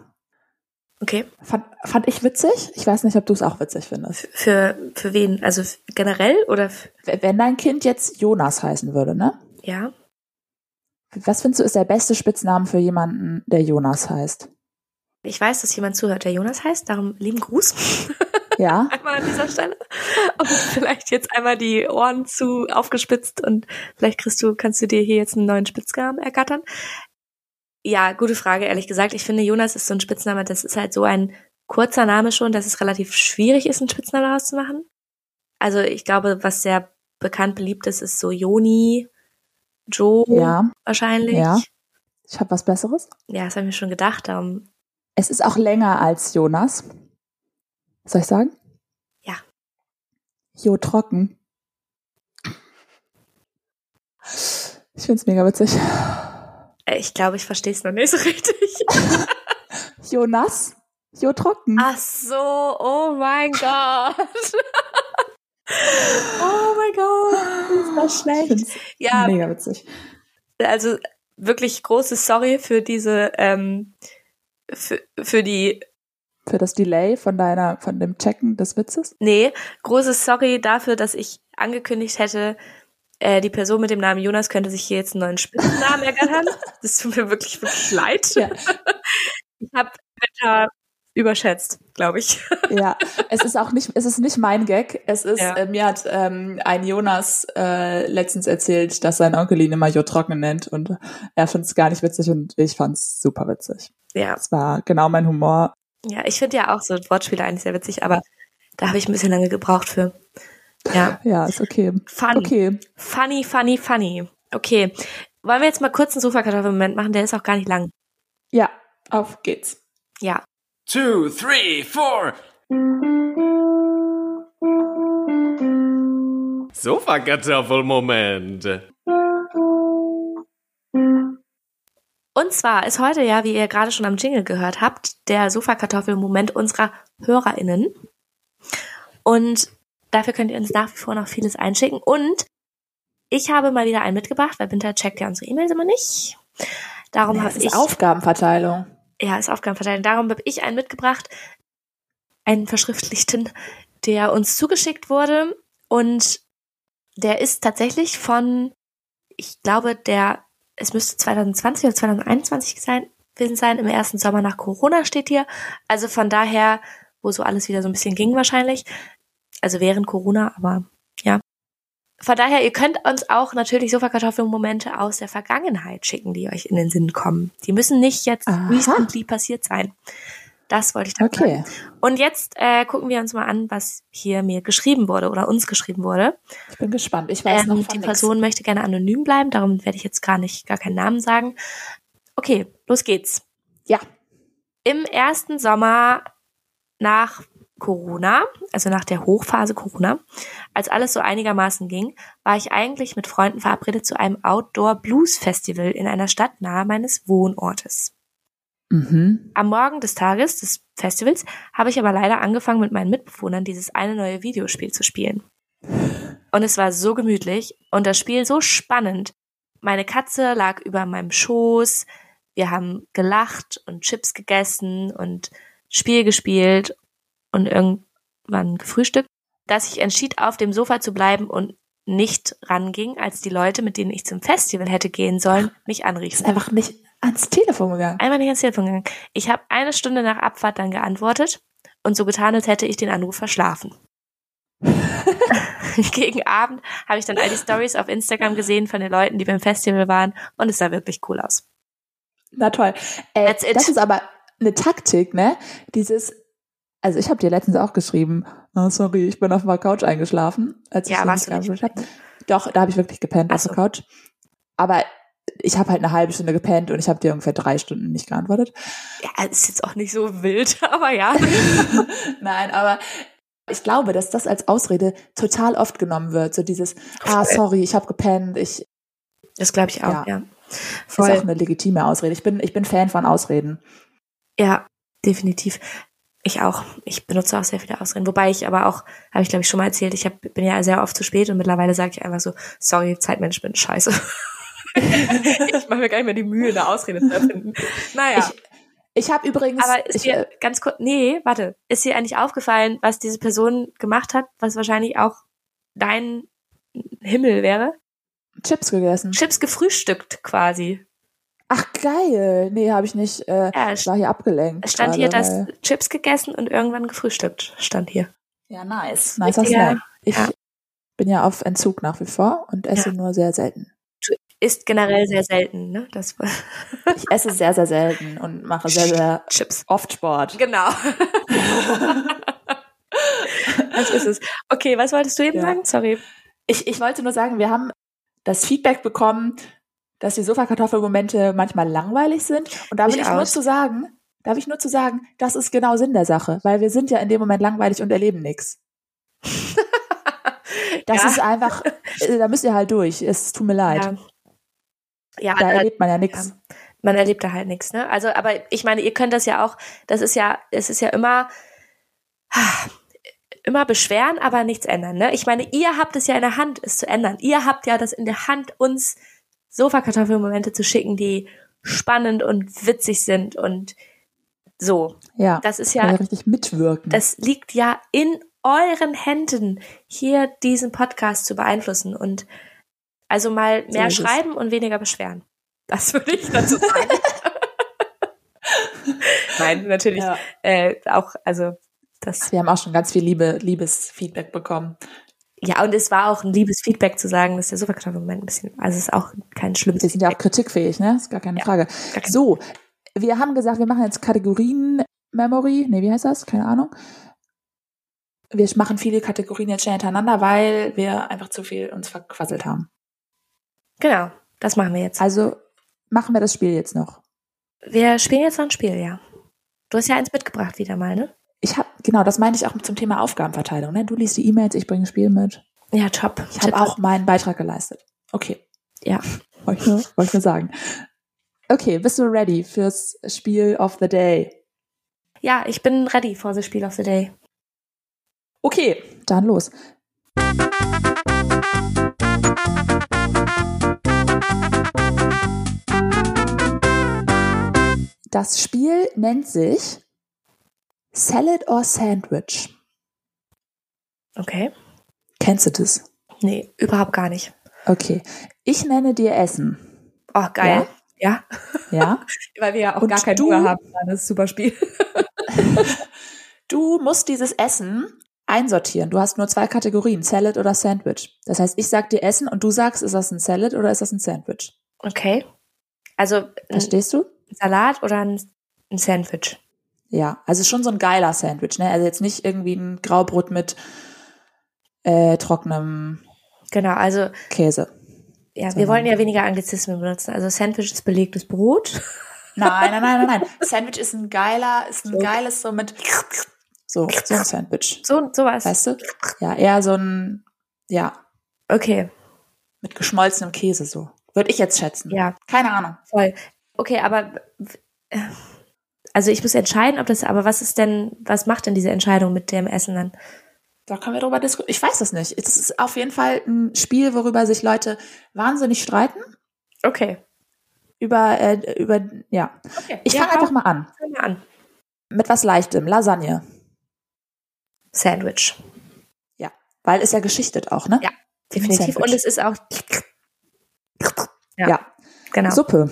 S1: Okay.
S2: Fand, fand ich witzig? Ich weiß nicht, ob du es auch witzig findest.
S1: Für, für wen? Also f- generell oder f-
S2: W- Wenn dein Kind jetzt Jonas heißen würde, ne?
S1: ja?
S2: Was findest du ist der beste Spitznamen für jemanden, der Jonas heißt?
S1: Ich weiß, dass jemand zuhört, der Jonas heißt, darum lieben Gruß.
S2: Ja.
S1: einmal an dieser Stelle. Und vielleicht jetzt einmal die Ohren zu aufgespitzt und vielleicht kriegst du, kannst du dir hier jetzt einen neuen Spitznamen ergattern. Ja, gute Frage, ehrlich gesagt. Ich finde, Jonas ist so ein Spitzname, das ist halt so ein kurzer Name schon, dass es relativ schwierig ist, einen Spitznamen daraus zu machen. Also ich glaube, was sehr bekannt beliebt ist, ist so Joni, Joe
S2: Ja.
S1: wahrscheinlich.
S2: Ja. Ich habe was Besseres.
S1: ja das habe ich mir schon gedacht. Darum
S2: Es ist auch länger als Jonas. Soll ich sagen?
S1: Ja.
S2: Jo trocken. Ich find's mega witzig.
S1: Äh, Ich glaube, ich verstehe es noch nicht so richtig.
S2: Jonas? Jo trocken.
S1: Ach so, oh mein Gott. oh mein Gott.
S2: ist das schlecht. Ich find's
S1: Ja,
S2: mega witzig.
S1: also wirklich großes Sorry für diese, ähm, für, für die,
S2: Für das Delay von deiner, von dem Checken des Witzes.
S1: nee, großes Sorry dafür, dass ich angekündigt hätte, äh, die Person mit dem Namen Jonas könnte sich hier jetzt einen neuen Spitzennamen ergattern. Das tut mir wirklich, wirklich leid.
S2: Ja.
S1: Ich habe Wetter überschätzt, glaube ich.
S2: Ja, es ist auch nicht, es ist nicht mein Gag. Es ist,
S1: Ja.
S2: äh, mir hat ähm, ein Jonas äh, letztens erzählt, dass sein Onkel ihn immer Jo Trocken nennt und er find's gar nicht witzig und ich fand's super witzig.
S1: Ja,
S2: Es war genau mein Humor.
S1: Ja, ich finde ja auch so Wortspiele eigentlich sehr witzig, aber da habe ich ein bisschen lange gebraucht für. Ja,
S2: Ja, ist okay.
S1: fun.
S2: Okay.
S1: Funny, funny, funny. Okay. Wollen wir jetzt mal kurz einen Sofakartoffelmoment machen? Der ist auch gar nicht lang.
S2: Ja, auf geht's.
S1: Ja.
S3: two, three, four. Sofakartoffelmoment.
S1: Und zwar ist heute ja, wie ihr gerade schon am Jingle gehört habt, der Sofakartoffelmoment unserer HörerInnen. Und dafür könnt ihr uns nach wie vor noch vieles einschicken. Und ich habe mal wieder einen mitgebracht, weil Binter checkt ja unsere E-Mails immer nicht. Darum
S2: Ja,
S1: habe
S2: es ist
S1: ich
S2: Aufgabenverteilung.
S1: ja, ist Aufgabenverteilung. Darum habe ich einen mitgebracht, einen verschriftlichten, der uns zugeschickt wurde. Und der ist tatsächlich von, ich glaube, der, es müsste 2020 oder 2021 sein, gewesen sein, im ersten Sommer nach Corona steht hier. Also von daher, wo so alles wieder so ein bisschen ging wahrscheinlich. Also während Corona, aber ja. Von daher, ihr könnt uns auch natürlich Sofakartoffelmomente aus der Vergangenheit schicken, die euch in den Sinn kommen. Die müssen nicht jetzt
S2: Aha.
S1: recently passiert sein. Das wollte ich damit sagen.
S2: Okay.
S1: Und jetzt äh, gucken wir uns mal an, was hier mir geschrieben wurde oder uns geschrieben wurde.
S2: Ich bin gespannt. Ich weiß
S1: Ähm,
S2: noch
S1: die
S2: von nix.
S1: Person möchte gerne anonym bleiben, darum werde ich jetzt gar nicht, gar keinen Namen sagen. Okay, los geht's.
S2: Ja.
S1: Im ersten Sommer nach Corona, also nach der Hochphase Corona, als alles so einigermaßen ging, war ich eigentlich mit Freunden verabredet zu einem Outdoor Blues Festival in einer Stadt nahe meines Wohnortes.
S2: Mhm.
S1: Am Morgen des Tages des Festivals habe ich aber leider angefangen, mit meinen Mitbewohnern dieses eine neue Videospiel zu spielen. Und es war so gemütlich und das Spiel so spannend. Meine Katze lag über meinem Schoß. Wir haben gelacht und Chips gegessen und Spiel gespielt und irgendwann gefrühstückt, dass ich entschied, auf dem Sofa zu bleiben und nicht ranging, als die Leute, mit denen ich zum Festival hätte gehen sollen, mich anriefen
S2: Ist einfach nicht ans Telefon gegangen.
S1: einmal nicht ans Telefon gegangen. Ich habe eine Stunde nach Abfahrt dann geantwortet und so getan, als hätte ich den Anruf verschlafen. Gegen Abend habe ich dann all die Stories auf Instagram gesehen von den Leuten, die beim Festival waren und es sah wirklich cool aus.
S2: Na toll. Äh,
S1: That's it.
S2: Das ist aber eine Taktik, ne? Dieses, also ich habe dir letztens auch geschrieben, oh, sorry, ich bin auf meiner Couch eingeschlafen, als
S1: Ja,
S2: ich
S1: warst
S2: so
S1: du nicht.
S2: geantwortet hab. Doch, da habe ich wirklich gepennt
S1: Ach
S2: auf
S1: so.
S2: der Couch. Aber ich habe halt eine halbe Stunde gepennt und ich habe dir ungefähr drei Stunden nicht geantwortet.
S1: Ja, ist jetzt auch nicht so wild, aber ja.
S2: Nein, aber ich glaube, dass das als Ausrede total oft genommen wird. So dieses, ah, sorry, ich habe gepennt. Ich
S1: Das glaube ich auch, ja.
S2: Ja.
S1: Voll.
S2: ist auch eine legitime Ausrede. Ich bin, ich bin Fan von Ausreden.
S1: Ja, definitiv. Ich auch. Ich benutze auch sehr viele Ausreden. Wobei ich aber auch, habe ich glaube ich schon mal erzählt, ich hab, bin ja sehr oft zu spät und mittlerweile sage ich einfach so, sorry, Zeitmanagement, ist scheiße. ich mache mir gar nicht mehr die Mühe, eine Ausrede zu erfinden. Naja,
S2: Ich, ich habe übrigens,
S1: aber ist
S2: ich,
S1: dir
S2: äh,
S1: ganz kurz, nee, warte, ist dir eigentlich aufgefallen, was diese Person gemacht hat, was wahrscheinlich auch dein Himmel wäre?
S2: äh, Chips gegessen.
S1: Chips gefrühstückt quasi.
S2: Ach geil. Nee, habe ich nicht. Äh,
S1: Ja,
S2: ich
S1: es
S2: war hier abgelenkt.
S1: stand
S2: gerade,
S1: hier, dass
S2: weil-
S1: Chips gegessen und irgendwann gefrühstückt stand hier.
S2: Ja, nice. Nicer
S1: Ja.
S2: Snack. Ich
S1: Ja.
S2: bin ja auf Entzug nach wie vor und esse
S1: Ja.
S2: nur sehr selten.
S1: Ist generell sehr selten, ne? Das war
S2: Ich esse sehr, sehr selten und mache sehr, sehr
S1: Chips.
S2: oft Sport.
S1: Genau. das ist es. Okay, was wolltest du eben
S2: Ja.
S1: sagen? Sorry.
S2: Ich, ich wollte nur sagen, wir haben das Feedback bekommen, dass die Sofakartoffelmomente manchmal langweilig sind. Und da will
S1: Ich
S2: ich, nur
S1: auch.
S2: zu sagen, darf ich nur zu sagen, das ist genau Sinn der Sache, weil wir sind ja in dem Moment langweilig und erleben nichts. Das
S1: Ja.
S2: ist einfach, äh, da müsst ihr halt durch. Es tut mir leid.
S1: Ja, ja
S2: Da
S1: da-
S2: erlebt man ja nichts.
S1: Ja. man erlebt da halt nichts, ne? Also, aber ich meine, ihr könnt das ja auch, das ist ja, es ist ja immer, immer beschweren, aber nichts ändern, ne? Ich meine, ihr habt es ja in der Hand, es zu ändern. Ihr habt ja das in der Hand, uns Sofakartoffelmomente zu schicken, die spannend und witzig sind und so.
S2: Ja,
S1: Das ist
S2: kann
S1: ja,
S2: ja richtig mitwirken.
S1: das liegt ja in euren Händen, hier diesen Podcast zu beeinflussen und also mal
S2: So
S1: mehr
S2: ist es.
S1: schreiben und weniger beschweren. Das würde ich dazu sagen. Nein, natürlich
S2: ja.
S1: äh, auch, also das.
S2: Wir haben auch schon ganz viel Liebe, Liebesfeedback bekommen.
S1: Ja, und es war auch ein liebes Feedback zu sagen, dass der Superkartoffelmoment ein bisschen, also es ist auch kein schlimmes
S2: Wir sind ja auch kritikfähig, ne? Ist gar keine
S1: Ja,
S2: Frage.
S1: gar kein-
S2: So, wir haben gesagt, wir machen jetzt Kategorien Memory, nee, wie heißt das? Keine Ahnung. Wir machen viele Kategorien jetzt schnell hintereinander, weil wir einfach zu viel uns verquasselt haben.
S1: Genau, das machen wir jetzt.
S2: Also machen wir das Spiel jetzt noch.
S1: Wir spielen jetzt noch ein Spiel, ja. Du hast ja eins mitgebracht wieder mal, ne?
S2: Ich habe genau, das meine ich auch zum Thema Aufgabenverteilung. Ne? Du liest die E-Mails, ich bringe ein Spiel mit.
S1: Ja, top.
S2: Ich habe
S1: Tipp.
S2: auch meinen Beitrag geleistet. Okay.
S1: Ja.
S2: Wollte ich, nur- wollte ich nur sagen. Okay, bist du ready fürs Spiel of the Day?
S1: Ja, ich bin ready for the Spiel of the Day.
S2: Okay, dann los. Das Spiel nennt sich Salad or Sandwich.
S1: Okay.
S2: Kennst du das?
S1: Nee, überhaupt gar nicht.
S2: Okay. Ich nenne dir Essen.
S1: Oh, geil. Ja.
S2: Ja?
S1: Weil wir ja auch
S2: Und
S1: gar keinen
S2: du?
S1: Hunger haben. Das ist ein super Spiel.
S2: Du musst dieses Essen einsortieren. Du hast nur zwei Kategorien, Salad oder Sandwich. Das heißt, ich sag dir Essen und du sagst, ist das ein Salad oder ist das ein Sandwich?
S1: Okay. Also ein
S2: Verstehst du?
S1: Salat oder ein, ein Sandwich?
S2: Ja, also schon so ein geiler Sandwich, ne? Also jetzt nicht irgendwie ein Graubrot mit äh, trockenem
S1: Genau, also
S2: Käse.
S1: ja, wir
S2: Sondern-
S1: wollen ja weniger Anglizismen benutzen. Also Sandwich ist belegtes Brot.
S2: Nein, nein, nein, nein, nein. Sandwich ist ein geiler, ist ein
S1: So.
S2: geiles so mit so so ein Sandwich,
S1: So sowas.
S2: weißt du? Ja, eher so ein ja
S1: Okay,
S2: mit geschmolzenem Käse so. Würde ich jetzt schätzen.
S1: ja,
S2: Keine Ahnung.
S1: voll. Okay, aber äh, also ich muss entscheiden, ob das. Aber was ist denn, was macht denn diese Entscheidung mit dem Essen dann?
S2: Da können wir drüber diskutieren. Ich weiß das nicht. Es ist auf jeden Fall ein Spiel, worüber sich Leute wahnsinnig streiten.
S1: Okay,
S2: Über, äh, über, ja.
S1: okay.
S2: Ich fange einfach mal an.
S1: mal an.
S2: Mit was Leichtem. Lasagne.
S1: Sandwich,
S2: Weil ist ja geschichtet auch, ne?
S1: Ja, definitiv.
S2: Sandwich.
S1: Und es ist auch ja.
S2: Ja.
S1: genau
S2: Suppe.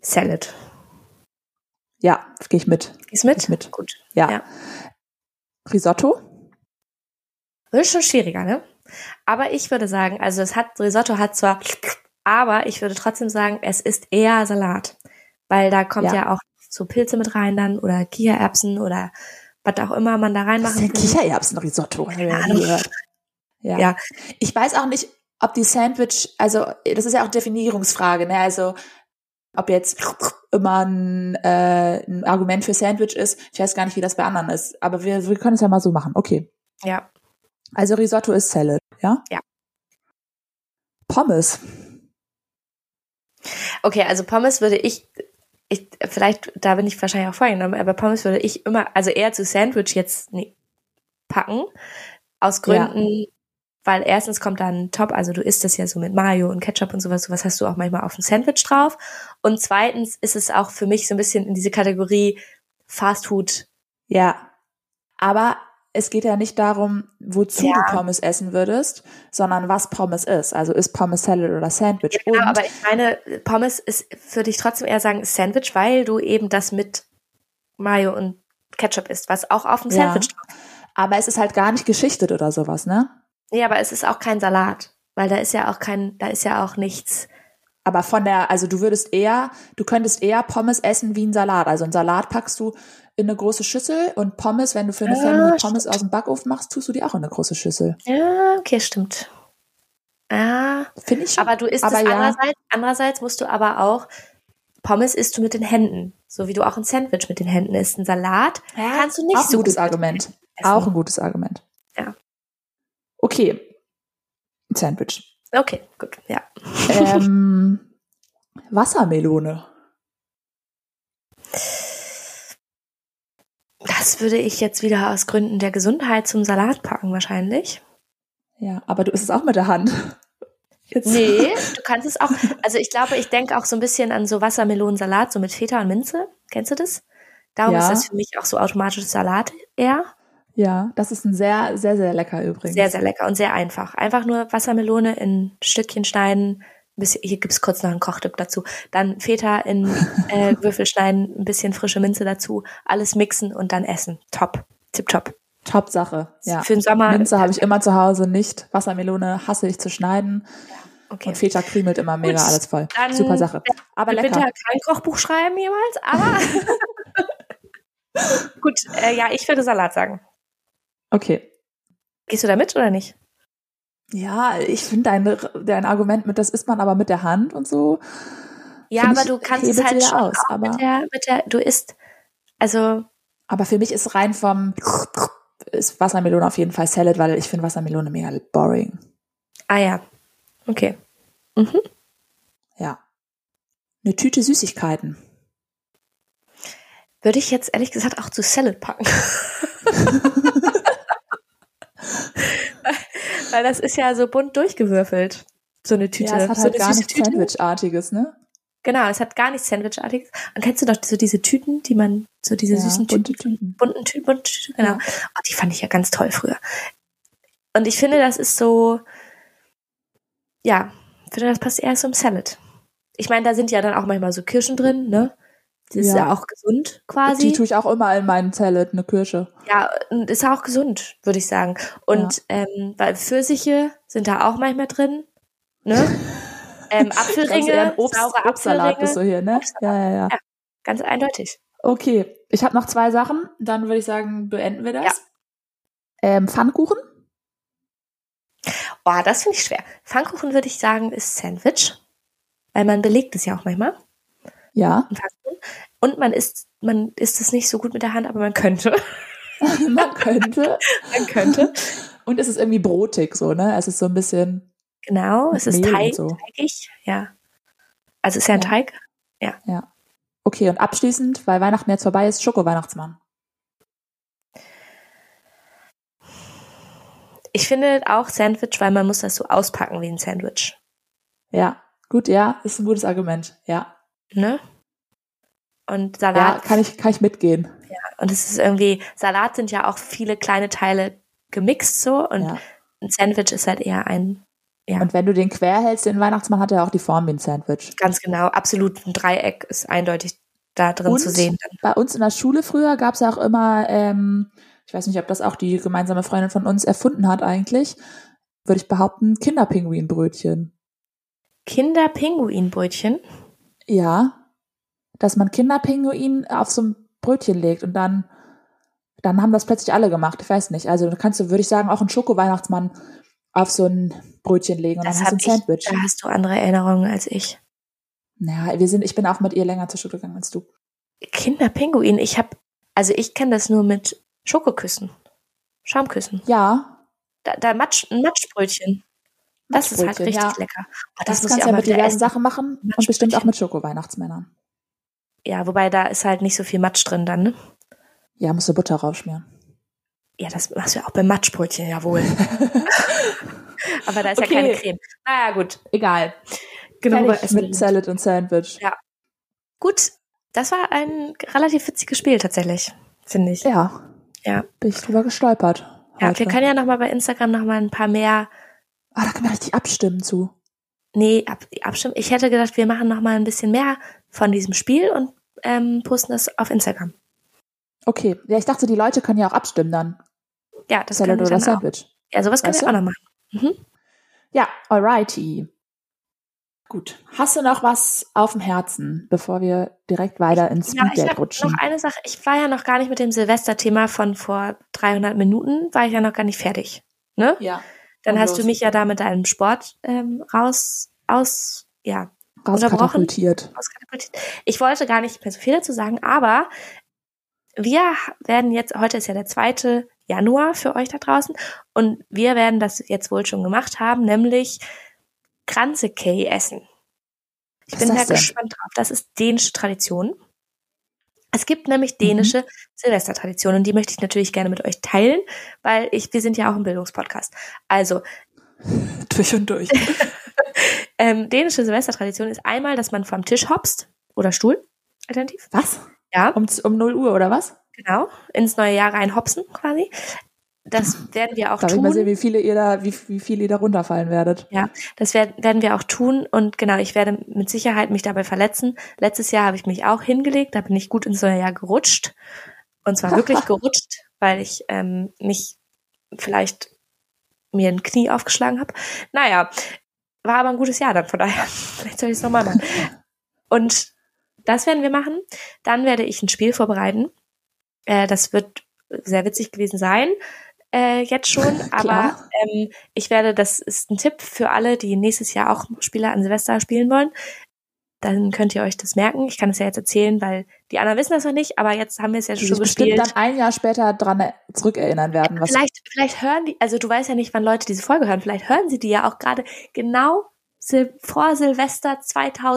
S1: Salad.
S2: Ja, gehe ich mit.
S1: Gehst mit?
S2: Ich mit.
S1: Gut.
S2: Ja.
S1: Ja.
S2: Risotto.
S1: Das ist schon schwieriger, ne? Aber ich würde sagen, also es hat, Risotto hat zwar, aber ich würde trotzdem sagen, es ist eher Salat. Weil da kommt ja,
S2: Ja.
S1: auch so Pilze mit rein dann oder Kichererbsen oder was auch immer man da
S2: Was ist denn
S1: reinmachen kann.
S2: Kichererbsenrisotto? Hab ich noch
S1: Ahnung.
S2: nie gehört. Ja.
S1: Ja.
S2: ja. Ich weiß auch nicht, ob die Sandwich, also das ist ja auch Definierungsfrage, ne? Also ob jetzt immer ein, äh, ein Argument für Sandwich ist. Ich weiß gar nicht, wie das bei anderen ist. Aber wir, wir können es ja mal so machen. Okay.
S1: Ja.
S2: Also Risotto ist Salad, ja?
S1: Ja.
S2: Pommes.
S1: Okay, also Pommes würde ich, ich, vielleicht, da bin ich wahrscheinlich auch vorgenommen, aber Pommes würde ich immer, also eher zu Sandwich jetzt nie packen. Aus
S2: Ja.
S1: Gründen, weil erstens kommt dann Top, also du isst das ja so mit Mayo und Ketchup und sowas, sowas hast du auch manchmal auf dem Sandwich drauf. Und zweitens ist es auch für mich so ein bisschen in diese Kategorie Fast Food.
S2: Ja. Aber es geht ja nicht darum, wozu
S1: Ja.
S2: du Pommes essen würdest, sondern was Pommes ist. Also ist Pommes Salad oder Sandwich.
S1: Genau,
S2: und
S1: aber ich meine, Pommes ist, würde ich trotzdem eher sagen, ist Sandwich, weil du eben das mit Mayo und Ketchup isst, was auch auf dem
S2: Ja.
S1: Sandwich drauf ist.
S2: Aber es ist halt gar nicht geschichtet oder sowas, ne?
S1: Nee, aber es ist auch kein Salat, weil da ist ja auch kein, da ist ja auch nichts.
S2: Aber von der, also du würdest eher, du könntest eher Pommes essen wie ein Salat. Also einen Salat packst du in eine große Schüssel und Pommes, wenn du für eine
S1: Ja,
S2: Family Pommes aus dem Backofen machst, tust du die auch in eine große Schüssel.
S1: Ja, okay, stimmt. Ah,
S2: Finde ich schon.
S1: aber du isst
S2: Aber
S1: es
S2: ja.
S1: andererseits, andererseits musst du aber auch, Pommes isst du mit den Händen, so wie du auch ein Sandwich mit den Händen isst. Ein Salat kannst du nicht
S2: auch ein
S1: so
S2: gutes
S1: gut mit den
S2: Argument.
S1: Händen
S2: Auch
S1: essen.
S2: ein gutes Argument.
S1: Ja.
S2: Okay. Ein Sandwich.
S1: Okay, gut, ja.
S2: ähm, Wassermelone.
S1: Das würde ich jetzt wieder aus Gründen der Gesundheit zum Salat packen, wahrscheinlich.
S2: Ja, aber du isst es auch mit der Hand. Jetzt.
S1: Nee, du kannst es auch. Also ich glaube, ich denke auch so ein bisschen an so Wassermelonensalat, so mit Feta und Minze. Kennst du das? Darum
S2: Ja.
S1: ist das für mich auch so automatisch Salat eher.
S2: Ja, das ist ein sehr, sehr, sehr lecker übrigens.
S1: Sehr, sehr lecker und sehr einfach. Einfach nur Wassermelone in Stückchen schneiden. Ein bisschen, hier gibt's kurz noch einen Kochtipp dazu. Dann Feta in äh, Würfel schneiden, ein bisschen frische Minze dazu, alles mixen und dann essen. Top. Tip top.
S2: Top Sache. Ja.
S1: Für den Sommer.
S2: Minze habe ich immer zu Hause nicht. Wassermelone hasse ich zu schneiden.
S1: Okay.
S2: Und Feta krümelt immer mega
S1: Gut,
S2: alles voll.
S1: dann-
S2: Super Sache. Aber
S1: Im
S2: lecker.
S1: Winter kein Kochbuch schreiben jemals, aber gut, äh, ja, ich würde Salat sagen.
S2: Okay.
S1: Gehst du da mit oder nicht?
S2: Ja, ich finde dein, dein Argument mit, das isst man aber mit der Hand und so.
S1: Ja,
S2: Find
S1: aber
S2: ich, äh,
S1: du kannst es
S2: hebelt's
S1: halt
S2: wieder
S1: schon
S2: aus,
S1: auch
S2: aber-
S1: mit, der, mit der, du isst, also
S2: Aber für mich ist rein vom ist Wassermelone auf jeden Fall Salad, weil ich finde Wassermelone mega boring.
S1: ah ja, okay.
S2: Ja. Eine Tüte Süßigkeiten.
S1: Würde ich jetzt ehrlich gesagt auch zu Salad packen. Weil das ist ja so bunt durchgewürfelt. So eine Tüte.
S2: Ja, es hat
S1: so
S2: halt
S1: eine
S2: gar
S1: süße
S2: nichts Sandwich-artiges, ne?
S1: Genau, es hat gar nichts Sandwichartiges. Und kennst du noch so diese Tüten, die man, so diese
S2: Ja,
S1: süßen Tüten,
S2: bunte Tüten.
S1: bunten Tüten, bunte Tüten, genau.
S2: Ja.
S1: Oh, die fand ich ja ganz toll früher. Und ich finde, das ist so, ja, ich finde, das passt eher zum Salad. Ich meine, da sind ja dann auch manchmal so Kirschen drin, ne? Das ist
S2: Ja.
S1: ja auch gesund
S2: Die
S1: quasi.
S2: tue ich auch immer in meinen Salad, eine Kirsche.
S1: ja, und ist auch gesund, würde ich sagen. Und ähm, weil Pfirsiche sind da auch manchmal drin, ne? ähm,
S2: Ich glaub, es ist eher
S1: Apfelringe,
S2: ein Obst,
S1: saure
S2: Obstsalat bist du
S1: Apfelringe.
S2: hier, ne? Ja, ja, ja.
S1: Ganz eindeutig.
S2: Okay, ich habe noch zwei Sachen. Dann würde ich sagen, beenden wir das. Ähm, Pfannkuchen?
S1: Boah, das finde ich schwer. Pfannkuchen würde ich sagen, ist Sandwich. Weil man belegt es ja auch manchmal.
S2: Ja.
S1: ein Pfannkuchen. Und man isst, man isst es nicht so gut mit der Hand, aber man könnte.
S2: Man könnte.
S1: Man könnte.
S2: Und es ist irgendwie brotig so, ne? Es ist so ein bisschen
S1: Genau,
S2: mit
S1: es ist
S2: Mehl und
S1: Teig,
S2: so.
S1: teigig, ja. Also ist ja ein
S2: Ja.
S1: Teig.
S2: Okay, und abschließend, weil Weihnachten jetzt vorbei ist, Schoko-Weihnachtsmann.
S1: Ich finde auch Sandwich, weil man muss das so auspacken wie ein Sandwich.
S2: Ja, gut, ja, ist ein gutes Argument. Ja,
S1: Ne? Und
S2: ja
S1: Salat.
S2: kann, ich, kann ich mitgehen.
S1: Und es ist irgendwie, Salat sind ja auch viele kleine Teile gemixt so. Und
S2: Ja.
S1: ein Sandwich ist halt eher ein, ja,
S2: Und wenn du den quer hältst, den Weihnachtsmann, hat er auch die Form wie ein Sandwich.
S1: ganz genau, absolut ein Dreieck ist eindeutig da drin
S2: Und
S1: zu sehen. Dann.
S2: bei uns in der Schule früher gab es ja auch immer, ähm, ich weiß nicht, ob das auch die gemeinsame Freundin von uns erfunden hat eigentlich, würde ich behaupten, Kinderpinguinbrötchen.
S1: Kinderpinguinbrötchen.
S2: Ja, dass man Kinderpinguin auf so ein Brötchen legt und dann, dann haben das plötzlich alle gemacht. Ich weiß nicht. Also dann kannst du, würde ich sagen, auch einen Schoko-Weihnachtsmann auf so ein Brötchen legen und
S1: Das
S2: dann hast
S1: hab
S2: du ein
S1: ich-
S2: Sandwich.
S1: Da hast du andere Erinnerungen als ich.
S2: Naja, wir sind, ich bin auch mit ihr länger zur Schule gegangen als du.
S1: Kinderpinguin, ich habe, also ich kenne das nur mit Schokoküssen, Schaumküssen.
S2: Ja,
S1: Da, da Matsch, ein Matschbrötchen. Das ist halt
S2: Matschbrötchen,
S1: richtig
S2: ja.
S1: lecker. Oh,
S2: das,
S1: das, muss ich
S2: kannst
S1: auch
S2: du ja
S1: mal
S2: mit
S1: wieder
S2: diversen
S1: essen.
S2: Sachen machen und bestimmt auch mit Schoko-Weihnachtsmännern.
S1: Ja, wobei da ist halt nicht so viel Matsch drin dann, ne?
S2: Ja, musst du Butter raufschmieren.
S1: Ja, das machst du ja auch beim Matschbrötchen, jawohl. Aber da ist
S2: Okay.
S1: ja keine Creme. Naja, gut.
S2: Egal.
S1: Genau.
S2: Mit Salad und Sandwich.
S1: Gut, das war ein relativ witziges Spiel tatsächlich, finde ich.
S2: Ja.
S1: Ja.
S2: Bin ich drüber gestolpert.
S1: Ja,
S2: heute.
S1: wir können ja nochmal bei Instagram nochmal ein paar mehr,
S2: Ah, da können wir richtig abstimmen zu.
S1: nee, ab, abstimmen. Ich hätte gedacht, wir machen nochmal ein bisschen mehr von diesem Spiel und ähm, posten das auf Instagram.
S2: Okay. Ja, ich dachte, die Leute können ja auch abstimmen dann.
S1: Ja, das
S2: Salad
S1: können wir
S2: oder
S1: dann auch.
S2: Sandwich.
S1: Ja, sowas können
S2: Weißt
S1: wir auch noch machen.
S2: Ja, alrighty. Gut. Hast du noch was auf dem Herzen, bevor wir direkt weiter ins
S1: Ja,
S2: Speed
S1: ich
S2: Date
S1: habe
S2: rutschen?
S1: noch eine Sache. Ich war ja noch gar nicht mit dem Silvester-Thema von vor 300 Minuten, war ich ja noch gar nicht fertig. Ne?
S2: Ja.
S1: Dann
S2: Und
S1: hast
S2: Oh, los.
S1: du mich ja da mit deinem Sport ähm, raus, aus, ja,
S2: Rauskatapultiert.
S1: auskatapultiert. Ich wollte gar nicht mehr so viel dazu sagen, aber wir werden jetzt, heute ist ja der 2. Januar für euch da draußen und wir werden das jetzt wohl schon gemacht haben, nämlich Kranzekei essen. Ich
S2: Was
S1: bin
S2: ist
S1: da
S2: das denn?
S1: gespannt drauf. Das ist dänische Tradition. Es gibt nämlich
S2: Mhm.
S1: dänische Silvestertradition und die möchte ich natürlich gerne mit euch teilen, weil ich, wir sind ja auch ein Bildungspodcast. Also,
S2: Durch und durch.
S1: ähm, dänische Silvestertradition ist einmal, dass man vom Tisch hopst oder Stuhl, alternativ.
S2: Was?
S1: Ja.
S2: Um, z- um 0 Uhr oder was?
S1: Genau, ins neue Jahr reinhopsen quasi. Das werden wir auch
S2: Darf ich mal sehen,
S1: tun.
S2: wie viele ihr da, wie, wie viele ihr da runterfallen werdet?
S1: Das werden, werden wir auch tun. Und genau, ich werde mit Sicherheit mich dabei verletzen. Letztes Jahr habe ich mich auch hingelegt, da bin ich gut ins neue Jahr gerutscht. Und zwar wirklich gerutscht, weil ich ähm, mich vielleicht mir ein Knie aufgeschlagen habe. Naja, war aber ein gutes Jahr dann, von daher. Vielleicht soll ich es nochmal machen. Und das werden wir machen. Dann werde ich ein Spiel vorbereiten. Äh, das wird sehr witzig gewesen sein, äh, jetzt schon. Aber
S2: Klar.
S1: ähm, ich werde, das ist ein Tipp für alle, die nächstes Jahr auch Spieler an Silvester spielen wollen. Dann könnt ihr euch das merken. Ich kann es ja jetzt erzählen, weil die anderen wissen das noch nicht, aber jetzt haben wir es ja
S2: Die
S1: schon
S2: sich bestimmt
S1: gespielt.
S2: dann ein Jahr später dran er- zurückerinnern werden. Was,
S1: Vielleicht, vielleicht hören die, also du weißt ja nicht, wann Leute diese Folge hören, vielleicht hören sie die ja auch gerade genau Sil vor Silvester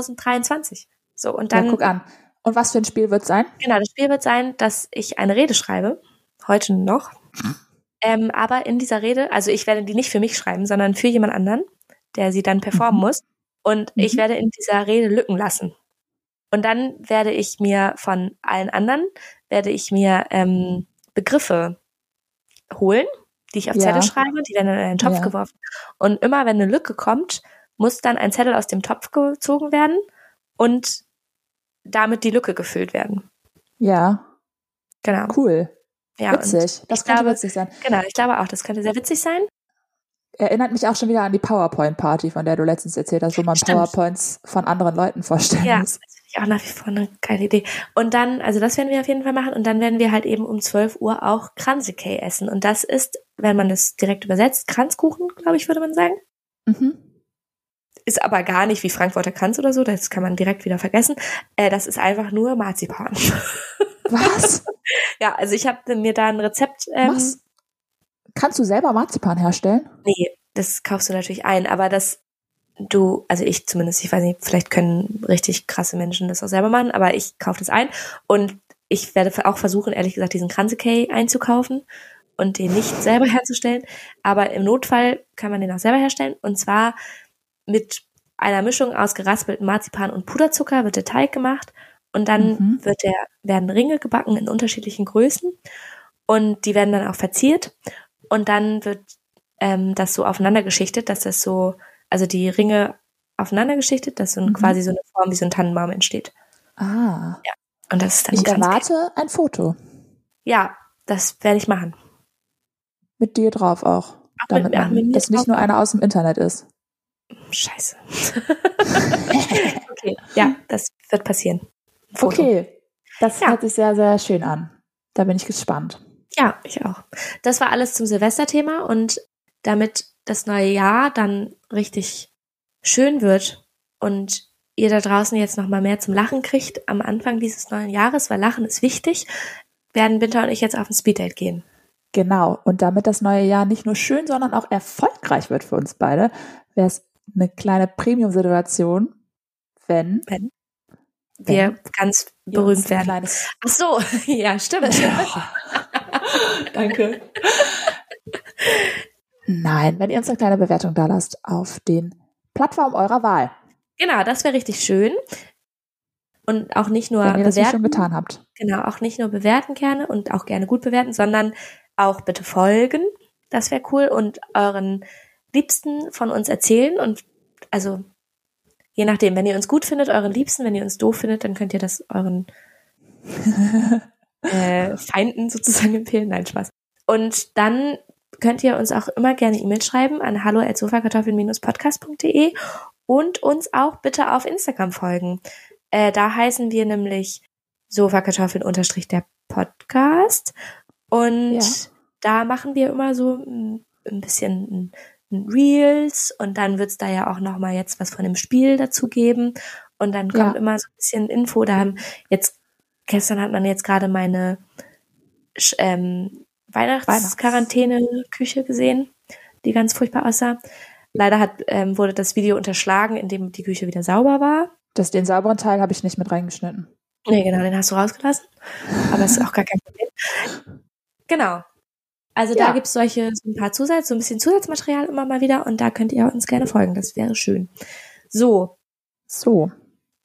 S1: 2023. So, und
S2: dann
S1: dann,
S2: ja, guck an. Und was für ein Spiel wird es sein?
S1: genau, das Spiel wird sein, dass ich eine Rede schreibe, heute noch. Ähm, aber in dieser Rede, also ich werde die nicht für mich schreiben, sondern für jemand anderen, der sie dann performen muss. Und ich
S2: Mhm.
S1: werde in dieser Rede Lücken lassen. Und dann werde ich mir von allen anderen, werde ich mir ähm, Begriffe holen, die ich auf
S2: Ja.
S1: Zettel schreibe, die werden dann in einen Topf
S2: Ja.
S1: geworfen. Und immer wenn eine Lücke kommt, muss dann ein Zettel aus dem Topf gezogen werden und damit die Lücke gefüllt werden.
S2: Ja,
S1: Genau.
S2: cool.
S1: Ja, und
S2: witzig. Das
S1: ich
S2: könnte
S1: glaube-
S2: witzig sein.
S1: genau, ich glaube auch, das könnte sehr witzig sein.
S2: Erinnert mich auch schon wieder an die PowerPoint-Party, von der du letztens erzählt hast, wo man
S1: Stimmt.
S2: PowerPoints von anderen Leuten vorstellen
S1: Ja, das
S2: muss.
S1: finde ich auch nach wie vor eine geile Idee. Und dann, also das werden wir auf jeden Fall machen. Und dann werden wir halt eben um 12 Uhr auch Kransekei essen. Und das ist, wenn man das direkt übersetzt, Kranzkuchen, glaube ich, würde man sagen.
S2: Mhm.
S1: Ist aber gar nicht wie Frankfurter Kranz oder so, das kann man direkt wieder vergessen. Äh, das ist einfach nur Marzipan.
S2: Was?
S1: ja, also ich habe mir da ein Rezept. Ähm,
S2: Machst, kannst du selber Marzipan herstellen?
S1: nee, das kaufst du natürlich ein, aber das du, also ich zumindest, ich weiß nicht, vielleicht können richtig krasse Menschen das auch selber machen, aber ich kaufe das ein und ich werde auch versuchen, ehrlich gesagt, diesen Kransekei einzukaufen und den nicht selber herzustellen, aber im Notfall kann man den auch selber herstellen und zwar mit einer Mischung aus geraspeltem Marzipan und Puderzucker wird der Teig gemacht und dann
S2: Mhm.
S1: wird der, werden Ringe gebacken in unterschiedlichen Größen und die werden dann auch verziert und dann wird ähm, das so aufeinander geschichtet, dass das so, also die Ringe aufeinander geschichtet, dass so ein,
S2: Mhm.
S1: quasi so eine Form wie so ein Tannenbaum entsteht.
S2: Ah,
S1: Und das ist dann
S2: ich
S1: ganz-
S2: erwarte ein Foto.
S1: Ja, das werde ich machen.
S2: Mit dir drauf auch.
S1: mit
S2: Damit
S1: mir- mit
S2: man,
S1: mir
S2: dass
S1: drauf.
S2: nicht nur einer aus dem Internet ist.
S1: Scheiße. okay, ja, das wird passieren. Ein Foto.
S2: Okay, das
S1: Ja.
S2: hört sich sehr, sehr schön an. Da bin ich gespannt.
S1: Ja, ich auch. Das war alles zum Silvesterthema und damit das neue Jahr dann richtig schön wird und ihr da draußen jetzt noch mal mehr zum Lachen kriegt am Anfang dieses neuen Jahres, weil Lachen ist wichtig, werden Binta und ich jetzt auf ein Speeddate gehen.
S2: Genau. Und damit das neue Jahr nicht nur schön, sondern auch erfolgreich wird für uns beide, wäre es eine kleine Premium-Situation, wenn
S1: Wir ganz
S2: ihr uns
S1: berühmt
S2: ein
S1: werden.
S2: Kleines
S1: Ach so, ja, stimmt.
S2: Danke. Nein, wenn ihr uns eine kleine Bewertung da lasst auf den Plattformen eurer Wahl.
S1: Genau, das wäre richtig schön. und auch nicht nur
S2: wenn ihr das nicht schon
S1: bewerten.
S2: getan habt.
S1: Genau, auch nicht nur bewerten gerne und auch gerne gut bewerten, sondern auch bitte folgen. Das wäre cool und euren Liebsten von uns erzählen und also je nachdem, wenn ihr uns gut findet, euren Liebsten, wenn ihr uns doof findet, dann könnt ihr das euren äh, Feinden sozusagen empfehlen. Nein, Spaß. Und dann könnt ihr uns auch immer gerne E-Mail schreiben an hallo@sofakartoffeln-podcast.de und uns auch bitte auf Instagram folgen. Äh, da heißen wir nämlich Sofakartoffeln unterstrich der Podcast. Und
S2: Ja.
S1: da machen wir immer so ein, ein bisschen mm, ein, ein Reels und dann wird's da ja auch nochmal jetzt was von dem Spiel dazu geben. Und dann kommt
S2: Ja.
S1: immer so ein bisschen Info. Da haben jetzt, gestern hat man jetzt gerade meine Sch- ähm, Weihnachtsquarantäne-Küche gesehen, die ganz furchtbar aussah. Leider hat, ähm, wurde das Video unterschlagen, in dem die Küche wieder sauber war.
S2: Das, den sauberen Teil habe ich nicht mit reingeschnitten.
S1: Nee, genau, den hast du rausgelassen. Aber es ist auch gar kein Problem. Genau. Also da
S2: Ja.
S1: gibt's solche, so ein paar Zusatz, so ein bisschen Zusatzmaterial immer mal wieder und da könnt ihr uns gerne folgen. Das wäre schön. So,
S2: So,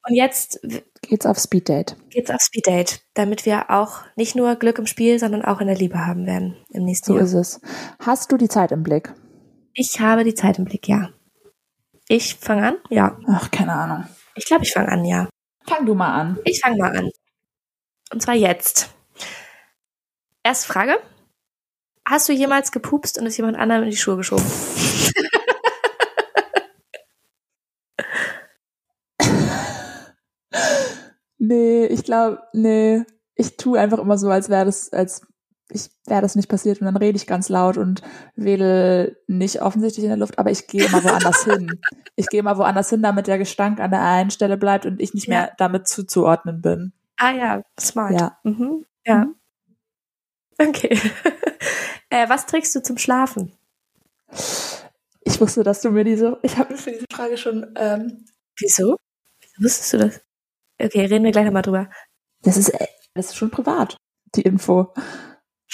S1: und jetzt w-
S2: geht's auf Speeddate.
S1: geht's auf Speeddate, damit wir auch nicht nur Glück im Spiel, sondern auch in der Liebe haben werden im nächsten
S2: So
S1: Jahr. Also
S2: ist es. Hast du die Zeit im Blick?
S1: Ich habe die Zeit im Blick, ja. Ich fange an? Ja.
S2: Ach, keine Ahnung.
S1: Ich glaube, ich fange an, ja.
S2: Fang du mal an.
S1: Ich fange mal an. Und zwar jetzt. Erste Frage. Hast du jemals gepupst und es jemand anderem in die Schuhe geschoben?
S2: Nee, ich glaube, nee. Ich tue einfach immer so, als wäre das, als ich wäre das nicht passiert und dann rede ich ganz laut und wedel nicht offensichtlich in der Luft, aber ich gehe immer woanders hin. Ich gehe immer woanders hin, damit der Gestank an der einen Stelle bleibt und ich nicht
S1: Ja.
S2: mehr damit zuzuordnen bin.
S1: Ah ja, smart.
S2: Ja.
S1: Mhm. ja. Okay. äh, was trägst du zum Schlafen?
S2: Ich wusste, dass du mir diese, ich habe mir für diese Frage schon, ähm,
S1: Wieso? Wieso wusstest du das? Okay, reden wir gleich nochmal drüber.
S2: das ist, äh, das ist schon privat, die Info.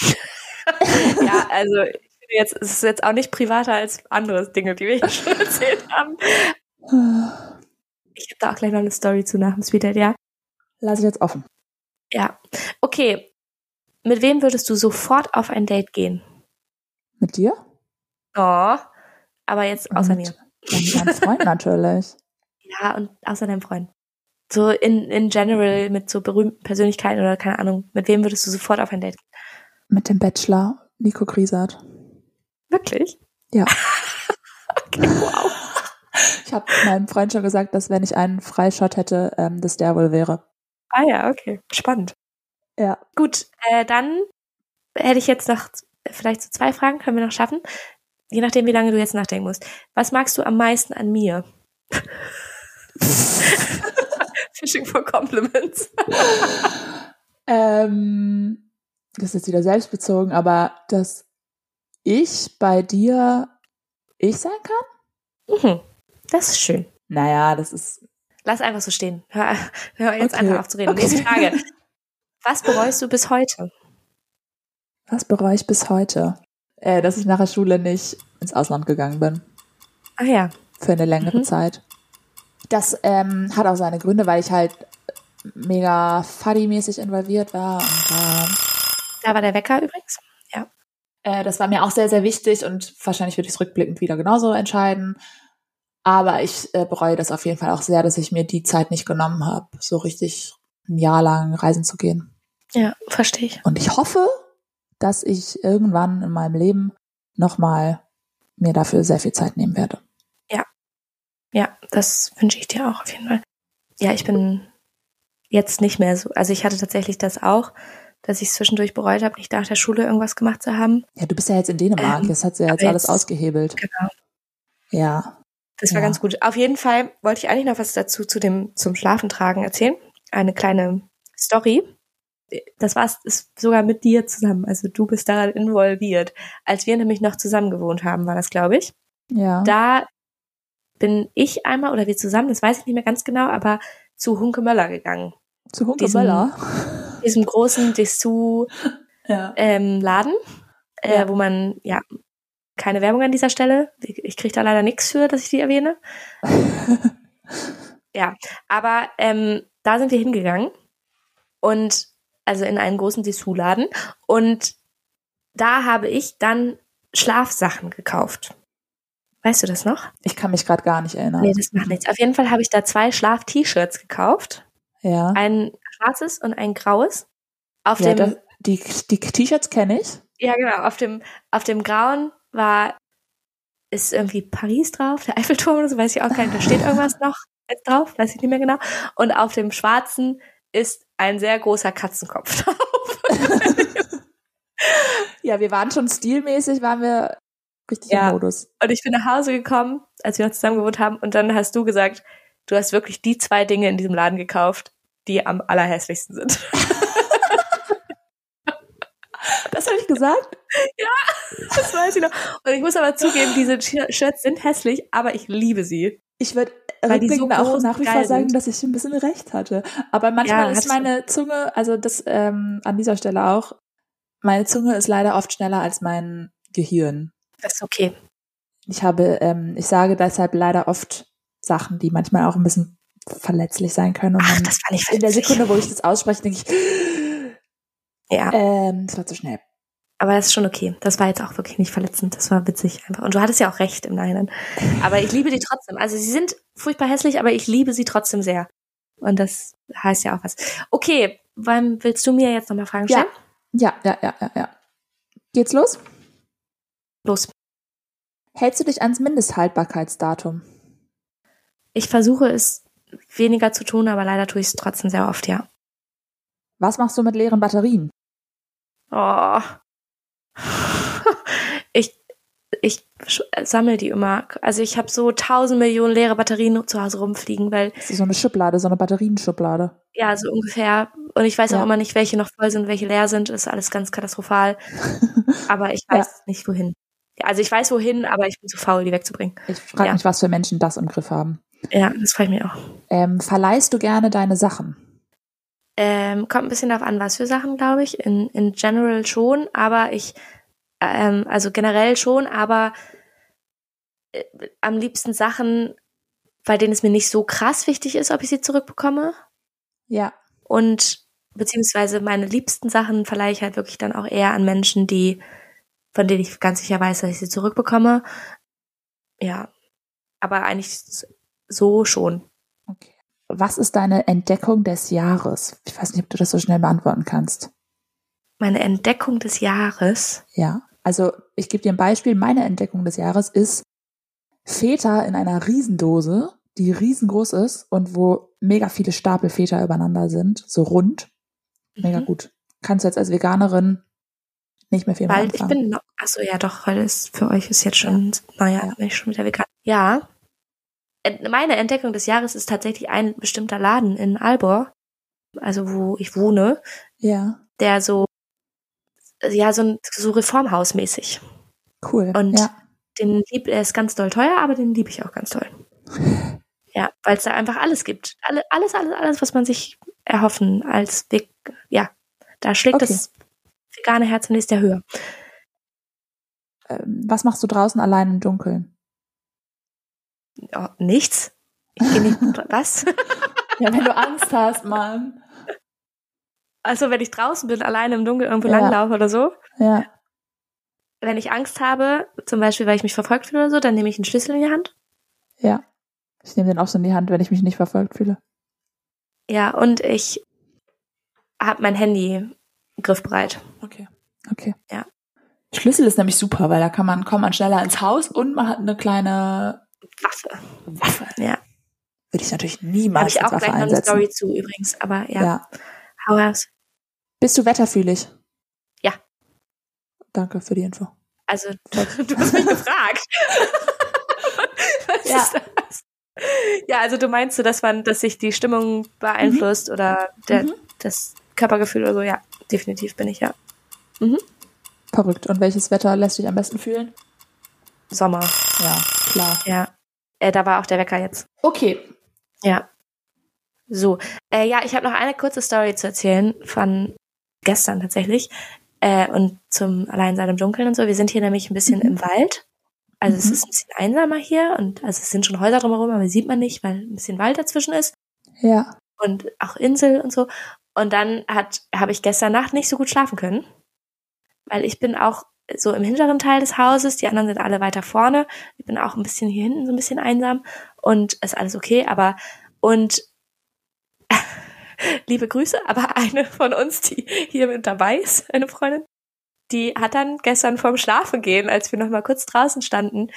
S1: ja, also ich finde jetzt, es ist jetzt auch nicht privater als andere Dinge, die wir hier schon erzählt haben. Ich habe da auch gleich noch eine Story zu nach dem Speeddate, ja.
S2: Lass ich jetzt offen.
S1: Ja. Okay. Mit wem würdest du sofort auf ein Date gehen?
S2: Mit dir?
S1: Oh. Aber jetzt außer
S2: Mit-
S1: mir.
S2: Ja, Mit meinem Freund natürlich.
S1: Ja, und außer deinem Freund. So in, in general mit so berühmten Persönlichkeiten oder keine Ahnung. Mit wem würdest du sofort auf ein Date gehen?
S2: Mit dem Bachelor Nico Griesert.
S1: Wirklich?
S2: Ich habe meinem Freund schon gesagt, dass wenn ich einen Freischott hätte, ähm, das der wohl wäre.
S1: Ah ja, okay. Spannend.
S2: Ja.
S1: Gut, äh, dann hätte ich jetzt noch vielleicht so zwei Fragen, können wir noch schaffen. Je nachdem, wie lange du jetzt nachdenken musst. Was magst du am meisten an mir? Fishing for Compliments.
S2: Ähm, das ist jetzt wieder selbstbezogen, aber dass ich bei dir ich sein kann?
S1: Mhm. Das ist schön.
S2: Naja, das ist.
S1: Lass einfach so stehen. Hör, hör jetzt
S2: Okay.
S1: einfach auf zu reden.
S2: Okay.
S1: Nächste Frage. Was bereust du bis heute?
S2: Was bereue ich bis heute? Äh, dass ich nach der Schule nicht ins Ausland gegangen bin.
S1: Ah ja.
S2: für eine längere
S1: Mhm.
S2: Zeit. Das ähm, hat auch seine Gründe, weil ich halt mega fuddy-mäßig involviert war. Und, ähm,
S1: Da war der Wecker übrigens.
S2: äh, äh, das war mir auch sehr, sehr wichtig und wahrscheinlich würde ich es rückblickend wieder genauso entscheiden. Aber ich äh, bereue das auf jeden Fall auch sehr, dass ich mir die Zeit nicht genommen habe, so richtig ein Jahr lang reisen zu gehen.
S1: Ja, verstehe ich.
S2: Und ich hoffe, dass ich irgendwann in meinem Leben nochmal mir dafür sehr viel Zeit nehmen werde.
S1: Ja, das wünsche ich dir auch auf jeden Fall. Ja, ich bin jetzt nicht mehr so. Also ich hatte tatsächlich das auch, dass ich es zwischendurch bereut habe, nicht nach der Schule irgendwas gemacht zu haben.
S2: Ja, du bist ja jetzt in Dänemark,
S1: Ähm,
S2: das hat sie ja jetzt
S1: aber
S2: alles
S1: jetzt-
S2: ausgehebelt.
S1: Genau.
S2: Ja,
S1: Das war
S2: Ja.
S1: ganz gut. Auf jeden Fall wollte ich eigentlich noch was dazu zu dem zum Schlafentragen erzählen. Eine kleine Story. Das war ist sogar mit dir zusammen. Also du bist daran involviert. Als wir nämlich noch zusammen gewohnt haben, war das, glaube ich.
S2: Ja.
S1: Da bin ich einmal oder wir zusammen, das weiß ich nicht mehr ganz genau, aber zu Hunke Möller gegangen.
S2: zu Hunke
S1: diesen-
S2: Möller.
S1: Diesem großen Dessous
S2: Ja.
S1: ähm, Laden, äh,
S2: Ja.
S1: wo man, ja, keine Werbung an dieser Stelle. Ich, ich kriege da leider nichts für, dass ich die erwähne. ja, aber ähm, da sind wir hingegangen und also in einen großen Dessous-Laden und da habe ich dann Schlafsachen gekauft. Weißt du das noch?
S2: Ich kann mich gerade gar nicht erinnern.
S1: Nee, das macht nichts. Auf jeden Fall habe ich da zwei Schlaf-T-Shirts gekauft.
S2: ja.
S1: Ein schwarzes und ein graues. Auf
S2: ja
S1: dem
S2: das, die die T-Shirts kenne ich.
S1: Ja, genau. Auf dem, auf dem Grauen war, ist irgendwie Paris drauf, der Eiffelturm oder so, weiß ich auch gar nicht. Da steht irgendwas noch jetzt drauf, weiß ich nicht mehr genau. Und auf dem Schwarzen ist ein sehr großer Katzenkopf drauf.
S2: Ja, wir waren schon stilmäßig, waren wir richtig
S1: Ja.
S2: im Modus.
S1: Und ich bin nach Hause gekommen, als wir noch zusammen gewohnt haben. Und dann hast du gesagt, du hast wirklich die zwei Dinge in diesem Laden gekauft, die am allerhässlichsten sind.
S2: Das habe ich gesagt.
S1: Das weiß ich noch. Und ich muss aber zugeben, diese Sh- Shirts sind hässlich, aber ich liebe sie.
S2: Ich würde
S1: Weil die so
S2: rückblickend auch
S1: groß
S2: nach wie
S1: geil
S2: vor sagen,
S1: sind.
S2: dass ich ein bisschen recht hatte. Aber manchmal
S1: Ja,
S2: ist
S1: hast
S2: meine Zunge, also das ähm, an dieser Stelle auch, meine Zunge ist leider oft schneller als mein Gehirn.
S1: Das ist okay.
S2: Ich habe, ähm, ich sage deshalb leider oft Sachen, die manchmal auch ein bisschen verletzlich sein können. Und
S1: Ach,
S2: dann
S1: das war nicht
S2: Ähm, in der
S1: witzig.
S2: Sekunde, wo ich das ausspreche, denke ich,
S1: Ja.
S2: ähm, das war zu schnell.
S1: Aber das ist schon okay. Das war jetzt auch wirklich nicht verletzend. Das war witzig einfach. Und du hattest ja auch recht im Nachhinein. Aber ich liebe die trotzdem. Also sie sind furchtbar hässlich, aber ich liebe sie trotzdem sehr. Und das heißt ja auch was. Okay, wann willst du mir jetzt nochmal Fragen
S2: Ja.
S1: stellen?
S2: Ja, ja, ja, ja, ja. Geht's los?
S1: Los.
S2: Hältst du dich ans Mindesthaltbarkeitsdatum?
S1: Ich versuche es weniger zu tun, aber leider tue ich es trotzdem sehr oft, ja.
S2: Was machst du mit leeren Batterien?
S1: Oh. Ich, ich sch- sammle die immer. Also ich habe so tausend Millionen leere Batterien zu Hause rumfliegen, weil
S2: Das ist so eine Schublade, so eine Batterienschublade.
S1: Ja, so ungefähr. Und ich weiß
S2: Ja.
S1: auch immer nicht, welche noch voll sind, welche leer sind. Ist alles ganz katastrophal. Aber ich
S2: Ja.
S1: weiß nicht, wohin. Ja, also ich weiß, wohin, aber ich bin zu faul, die wegzubringen.
S2: Ich frage
S1: Ja.
S2: mich, was für Menschen das im Griff haben.
S1: Ja, das freut mich auch.
S2: Ähm, verleihst du gerne deine Sachen?
S1: Ähm, kommt ein bisschen darauf an, was für Sachen, glaube ich. In, in general schon, aber ich, ähm, also generell schon, aber äh, am liebsten Sachen, bei denen es mir nicht so krass wichtig ist, ob ich sie zurückbekomme.
S2: Ja.
S1: Und beziehungsweise meine liebsten Sachen verleihe ich halt wirklich dann auch eher an Menschen, die, von denen ich ganz sicher weiß, dass ich sie zurückbekomme. Ja. Aber eigentlich s- so schon.
S2: Okay. Was ist deine Entdeckung des Jahres? Ich weiß nicht, ob du das so schnell beantworten kannst.
S1: Meine Entdeckung des Jahres.
S2: Ja. Also, ich gebe dir ein Beispiel. Meine Entdeckung des Jahres ist Feta in einer Riesendose, die riesengroß ist und wo mega viele Stapel Feta übereinander sind, so rund. Mega
S1: Mhm.
S2: gut. Kannst du jetzt als Veganerin nicht mehr viel mehr
S1: Bald, ich
S2: anfangen.
S1: bin noch, achso, ja doch, heute ist, für euch ist jetzt schon, naja,
S2: Ja.
S1: bin ich schon wieder vegan. Ja. Ent- Meine Entdeckung des Jahres ist tatsächlich ein bestimmter Laden in Albor, also wo ich wohne,
S2: ja,
S1: der so, ja, so, ein- so reformhausmäßig.
S2: cool.
S1: Und-
S2: ja.
S1: den lieb, er ist ganz doll teuer, aber den liebe ich auch ganz doll. Ja, weil es da einfach alles gibt. Alle, alles, alles, alles, was man sich erhoffen als Weg. Ja, da schlägt
S2: Okay.
S1: das vegane Herz zunächst der Höhe.
S2: Ähm, was machst du draußen allein im Dunkeln?
S1: Oh, nichts. Ich gehe nicht. was?
S2: Ja, wenn du Angst hast, Mann.
S1: Also wenn ich draußen bin, alleine im Dunkeln irgendwo
S2: Ja.
S1: langlaufe oder so.
S2: Ja,
S1: Wenn ich Angst habe, zum Beispiel, weil ich mich verfolgt fühle oder so, dann nehme ich einen Schlüssel in die Hand.
S2: ja. Ich nehme den auch so in die Hand, wenn ich mich nicht verfolgt fühle.
S1: Ja, und ich habe mein Handy griffbereit.
S2: Okay. Okay.
S1: Ja.
S2: Schlüssel ist nämlich super, weil da kann man, kommt man schneller ins Haus und man hat eine kleine
S1: Waffe.
S2: Waffe.
S1: Ja.
S2: Würde ich natürlich
S1: Da habe
S2: niemals
S1: ich
S2: als
S1: auch
S2: Waffe
S1: gleich noch eine
S2: einsetzen.
S1: Story zu übrigens. Aber ja,
S2: Ja.
S1: ja. hau raus.
S2: Bist du wetterfühlig?
S1: Ja.
S2: Danke für die Info.
S1: Also, du, du hast mich gefragt. Was
S2: Ja.
S1: ist das? Ja, also du meinst so, dass man, dass sich die Stimmung beeinflusst oder der,
S2: Mhm.
S1: das Körpergefühl oder so, ja, definitiv bin ich ja.
S2: Verrückt. Und welches Wetter lässt dich am besten fühlen?
S1: Sommer,
S2: Ja, klar.
S1: ja. Äh, da war auch der Wecker jetzt.
S2: Okay.
S1: Ja. So. Äh, ja, ich habe noch eine kurze Story zu erzählen von gestern tatsächlich. Äh, und zum Alleinsein im Dunkeln und so. Wir sind hier nämlich ein bisschen
S2: Mhm.
S1: im Wald. Also es
S2: Mhm.
S1: ist ein bisschen einsamer hier und also es sind schon Häuser drumherum, aber sieht man nicht, weil ein bisschen Wald dazwischen ist.
S2: Ja.
S1: und auch Insel und so. Und dann hat habe ich gestern Nacht nicht so gut schlafen können, weil ich bin auch so im hinteren Teil des Hauses, die anderen sind alle weiter vorne. Ich bin auch ein bisschen hier hinten so ein bisschen einsam und ist alles okay, aber und liebe Grüße, aber eine von uns, die hier mit dabei ist, eine Freundin, die hat dann gestern vorm Schlafengehen, als wir noch mal kurz draußen standen,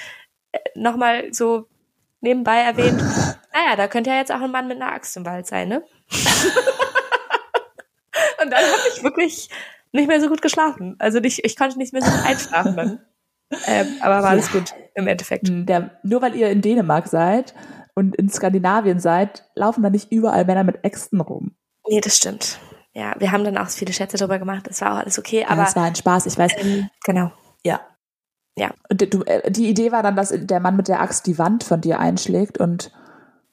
S1: äh, noch mal so nebenbei erwähnt, naja, da könnte ja jetzt auch ein Mann mit einer Axt im Wald sein, ne? Und dann habe ich wirklich nicht mehr so gut geschlafen. Also nicht, ich konnte nicht mehr so gut einschlafen dann. Ähm, aber war alles
S2: Ja.
S1: gut im Endeffekt.
S2: Der, nur weil ihr in Dänemark seid und in Skandinavien seid, laufen da nicht überall Männer mit Äxten rum.
S1: Nee, das stimmt. Ja, wir haben dann auch viele Schätze drüber gemacht. Das war auch alles okay,
S2: Aber
S1: aber
S2: das war ein Spaß, ich weiß.
S1: ähm, genau.
S2: Ja.
S1: Ja.
S2: Und du, äh, die Idee war dann, dass der Mann mit der Axt die Wand von dir einschlägt und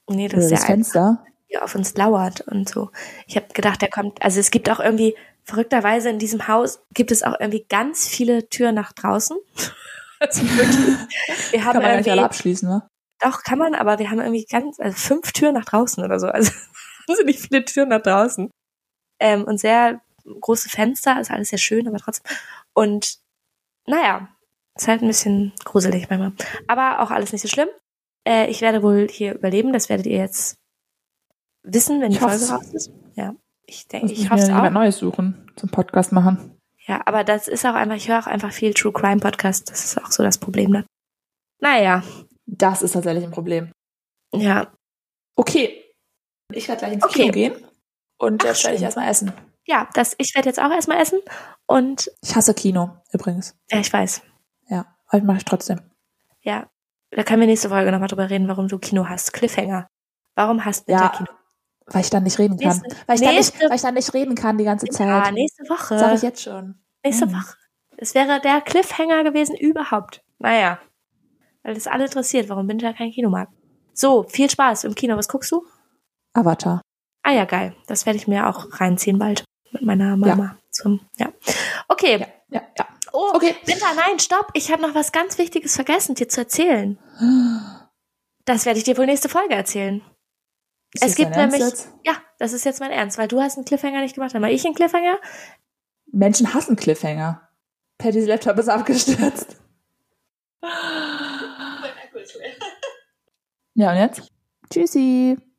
S1: Nee, das
S2: das,
S1: ist
S2: das
S1: ja ein,
S2: Fenster.
S1: hier auf uns lauert und so. Ich habe gedacht, der kommt, also es gibt auch irgendwie, verrückterweise in diesem Haus gibt es auch irgendwie ganz viele Türen nach draußen. Also wirklich, wir haben
S2: Kann man ja nicht alle
S1: irgendwie,
S2: abschließen, ne?
S1: doch kann man, aber wir haben irgendwie ganz, also fünf Türen nach draußen oder so. Also wahnsinnig viele Türen nach draußen. Ähm, und sehr große Fenster, ist alles sehr schön, aber trotzdem. Und naja, ist halt ein bisschen gruselig manchmal. Aber auch alles nicht so schlimm. Äh, ich werde wohl hier überleben, das werdet ihr jetzt wissen, wenn die
S2: Ich hoff's.
S1: Folge raus ist. Ja, ich denke,
S2: Muss
S1: ich
S2: mir
S1: hoffe es
S2: jemand
S1: auch.
S2: Neues suchen, zum Podcast machen.
S1: Ja, aber das ist auch einfach, ich höre auch einfach viel True Crime Podcast, das ist auch so das Problem dann. Naja,
S2: Das ist tatsächlich ein Problem.
S1: ja,
S2: Okay. Ich werde gleich ins
S1: Okay.
S2: Kino gehen und
S1: Ach,
S2: jetzt werde ich
S1: schön.
S2: erstmal essen.
S1: ja, das, ich werde jetzt auch erstmal essen und
S2: Ich hasse Kino übrigens.
S1: Ja, ich weiß.
S2: Ja, heute mache ich trotzdem.
S1: Ja. Da können wir nächste Folge nochmal drüber reden, warum du Kino hast. Cliffhanger. Warum hast du
S2: Ja,
S1: Kino?
S2: Weil ich dann nicht reden kann.
S1: Nächste-
S2: Weil ich, dann nicht,
S1: nächste-
S2: weil ich dann nicht reden kann die ganze Zeit.
S1: Ja, Ah, nächste Woche.
S2: Sag ich jetzt schon.
S1: nächste
S2: Mhm.
S1: Woche. Es wäre der Cliffhanger gewesen überhaupt. Naja. Weil das alle interessiert, warum bin ich da kein Kino mag. So, viel Spaß im Kino. Was guckst du?
S2: Avatar.
S1: Ah ja, geil. Das werde ich mir auch reinziehen bald mit meiner Mama. Ja. Zum, ja. Okay.
S2: Ja, ja, ja.
S1: Oh,
S2: Okay.
S1: Winter, nein, stopp. Ich habe noch was ganz Wichtiges vergessen, dir zu erzählen. Das werde ich dir wohl nächste Folge erzählen. Es
S2: Ist das
S1: gibt
S2: dein Ernst
S1: nämlich,
S2: jetzt?
S1: ja, das ist jetzt mein Ernst, weil du hast einen Cliffhanger nicht gemacht, dann mache ich einen Cliffhanger.
S2: Menschen hassen Cliffhanger. Pattys Laptop ist abgestürzt. Ja, und jetzt? Tschüssi.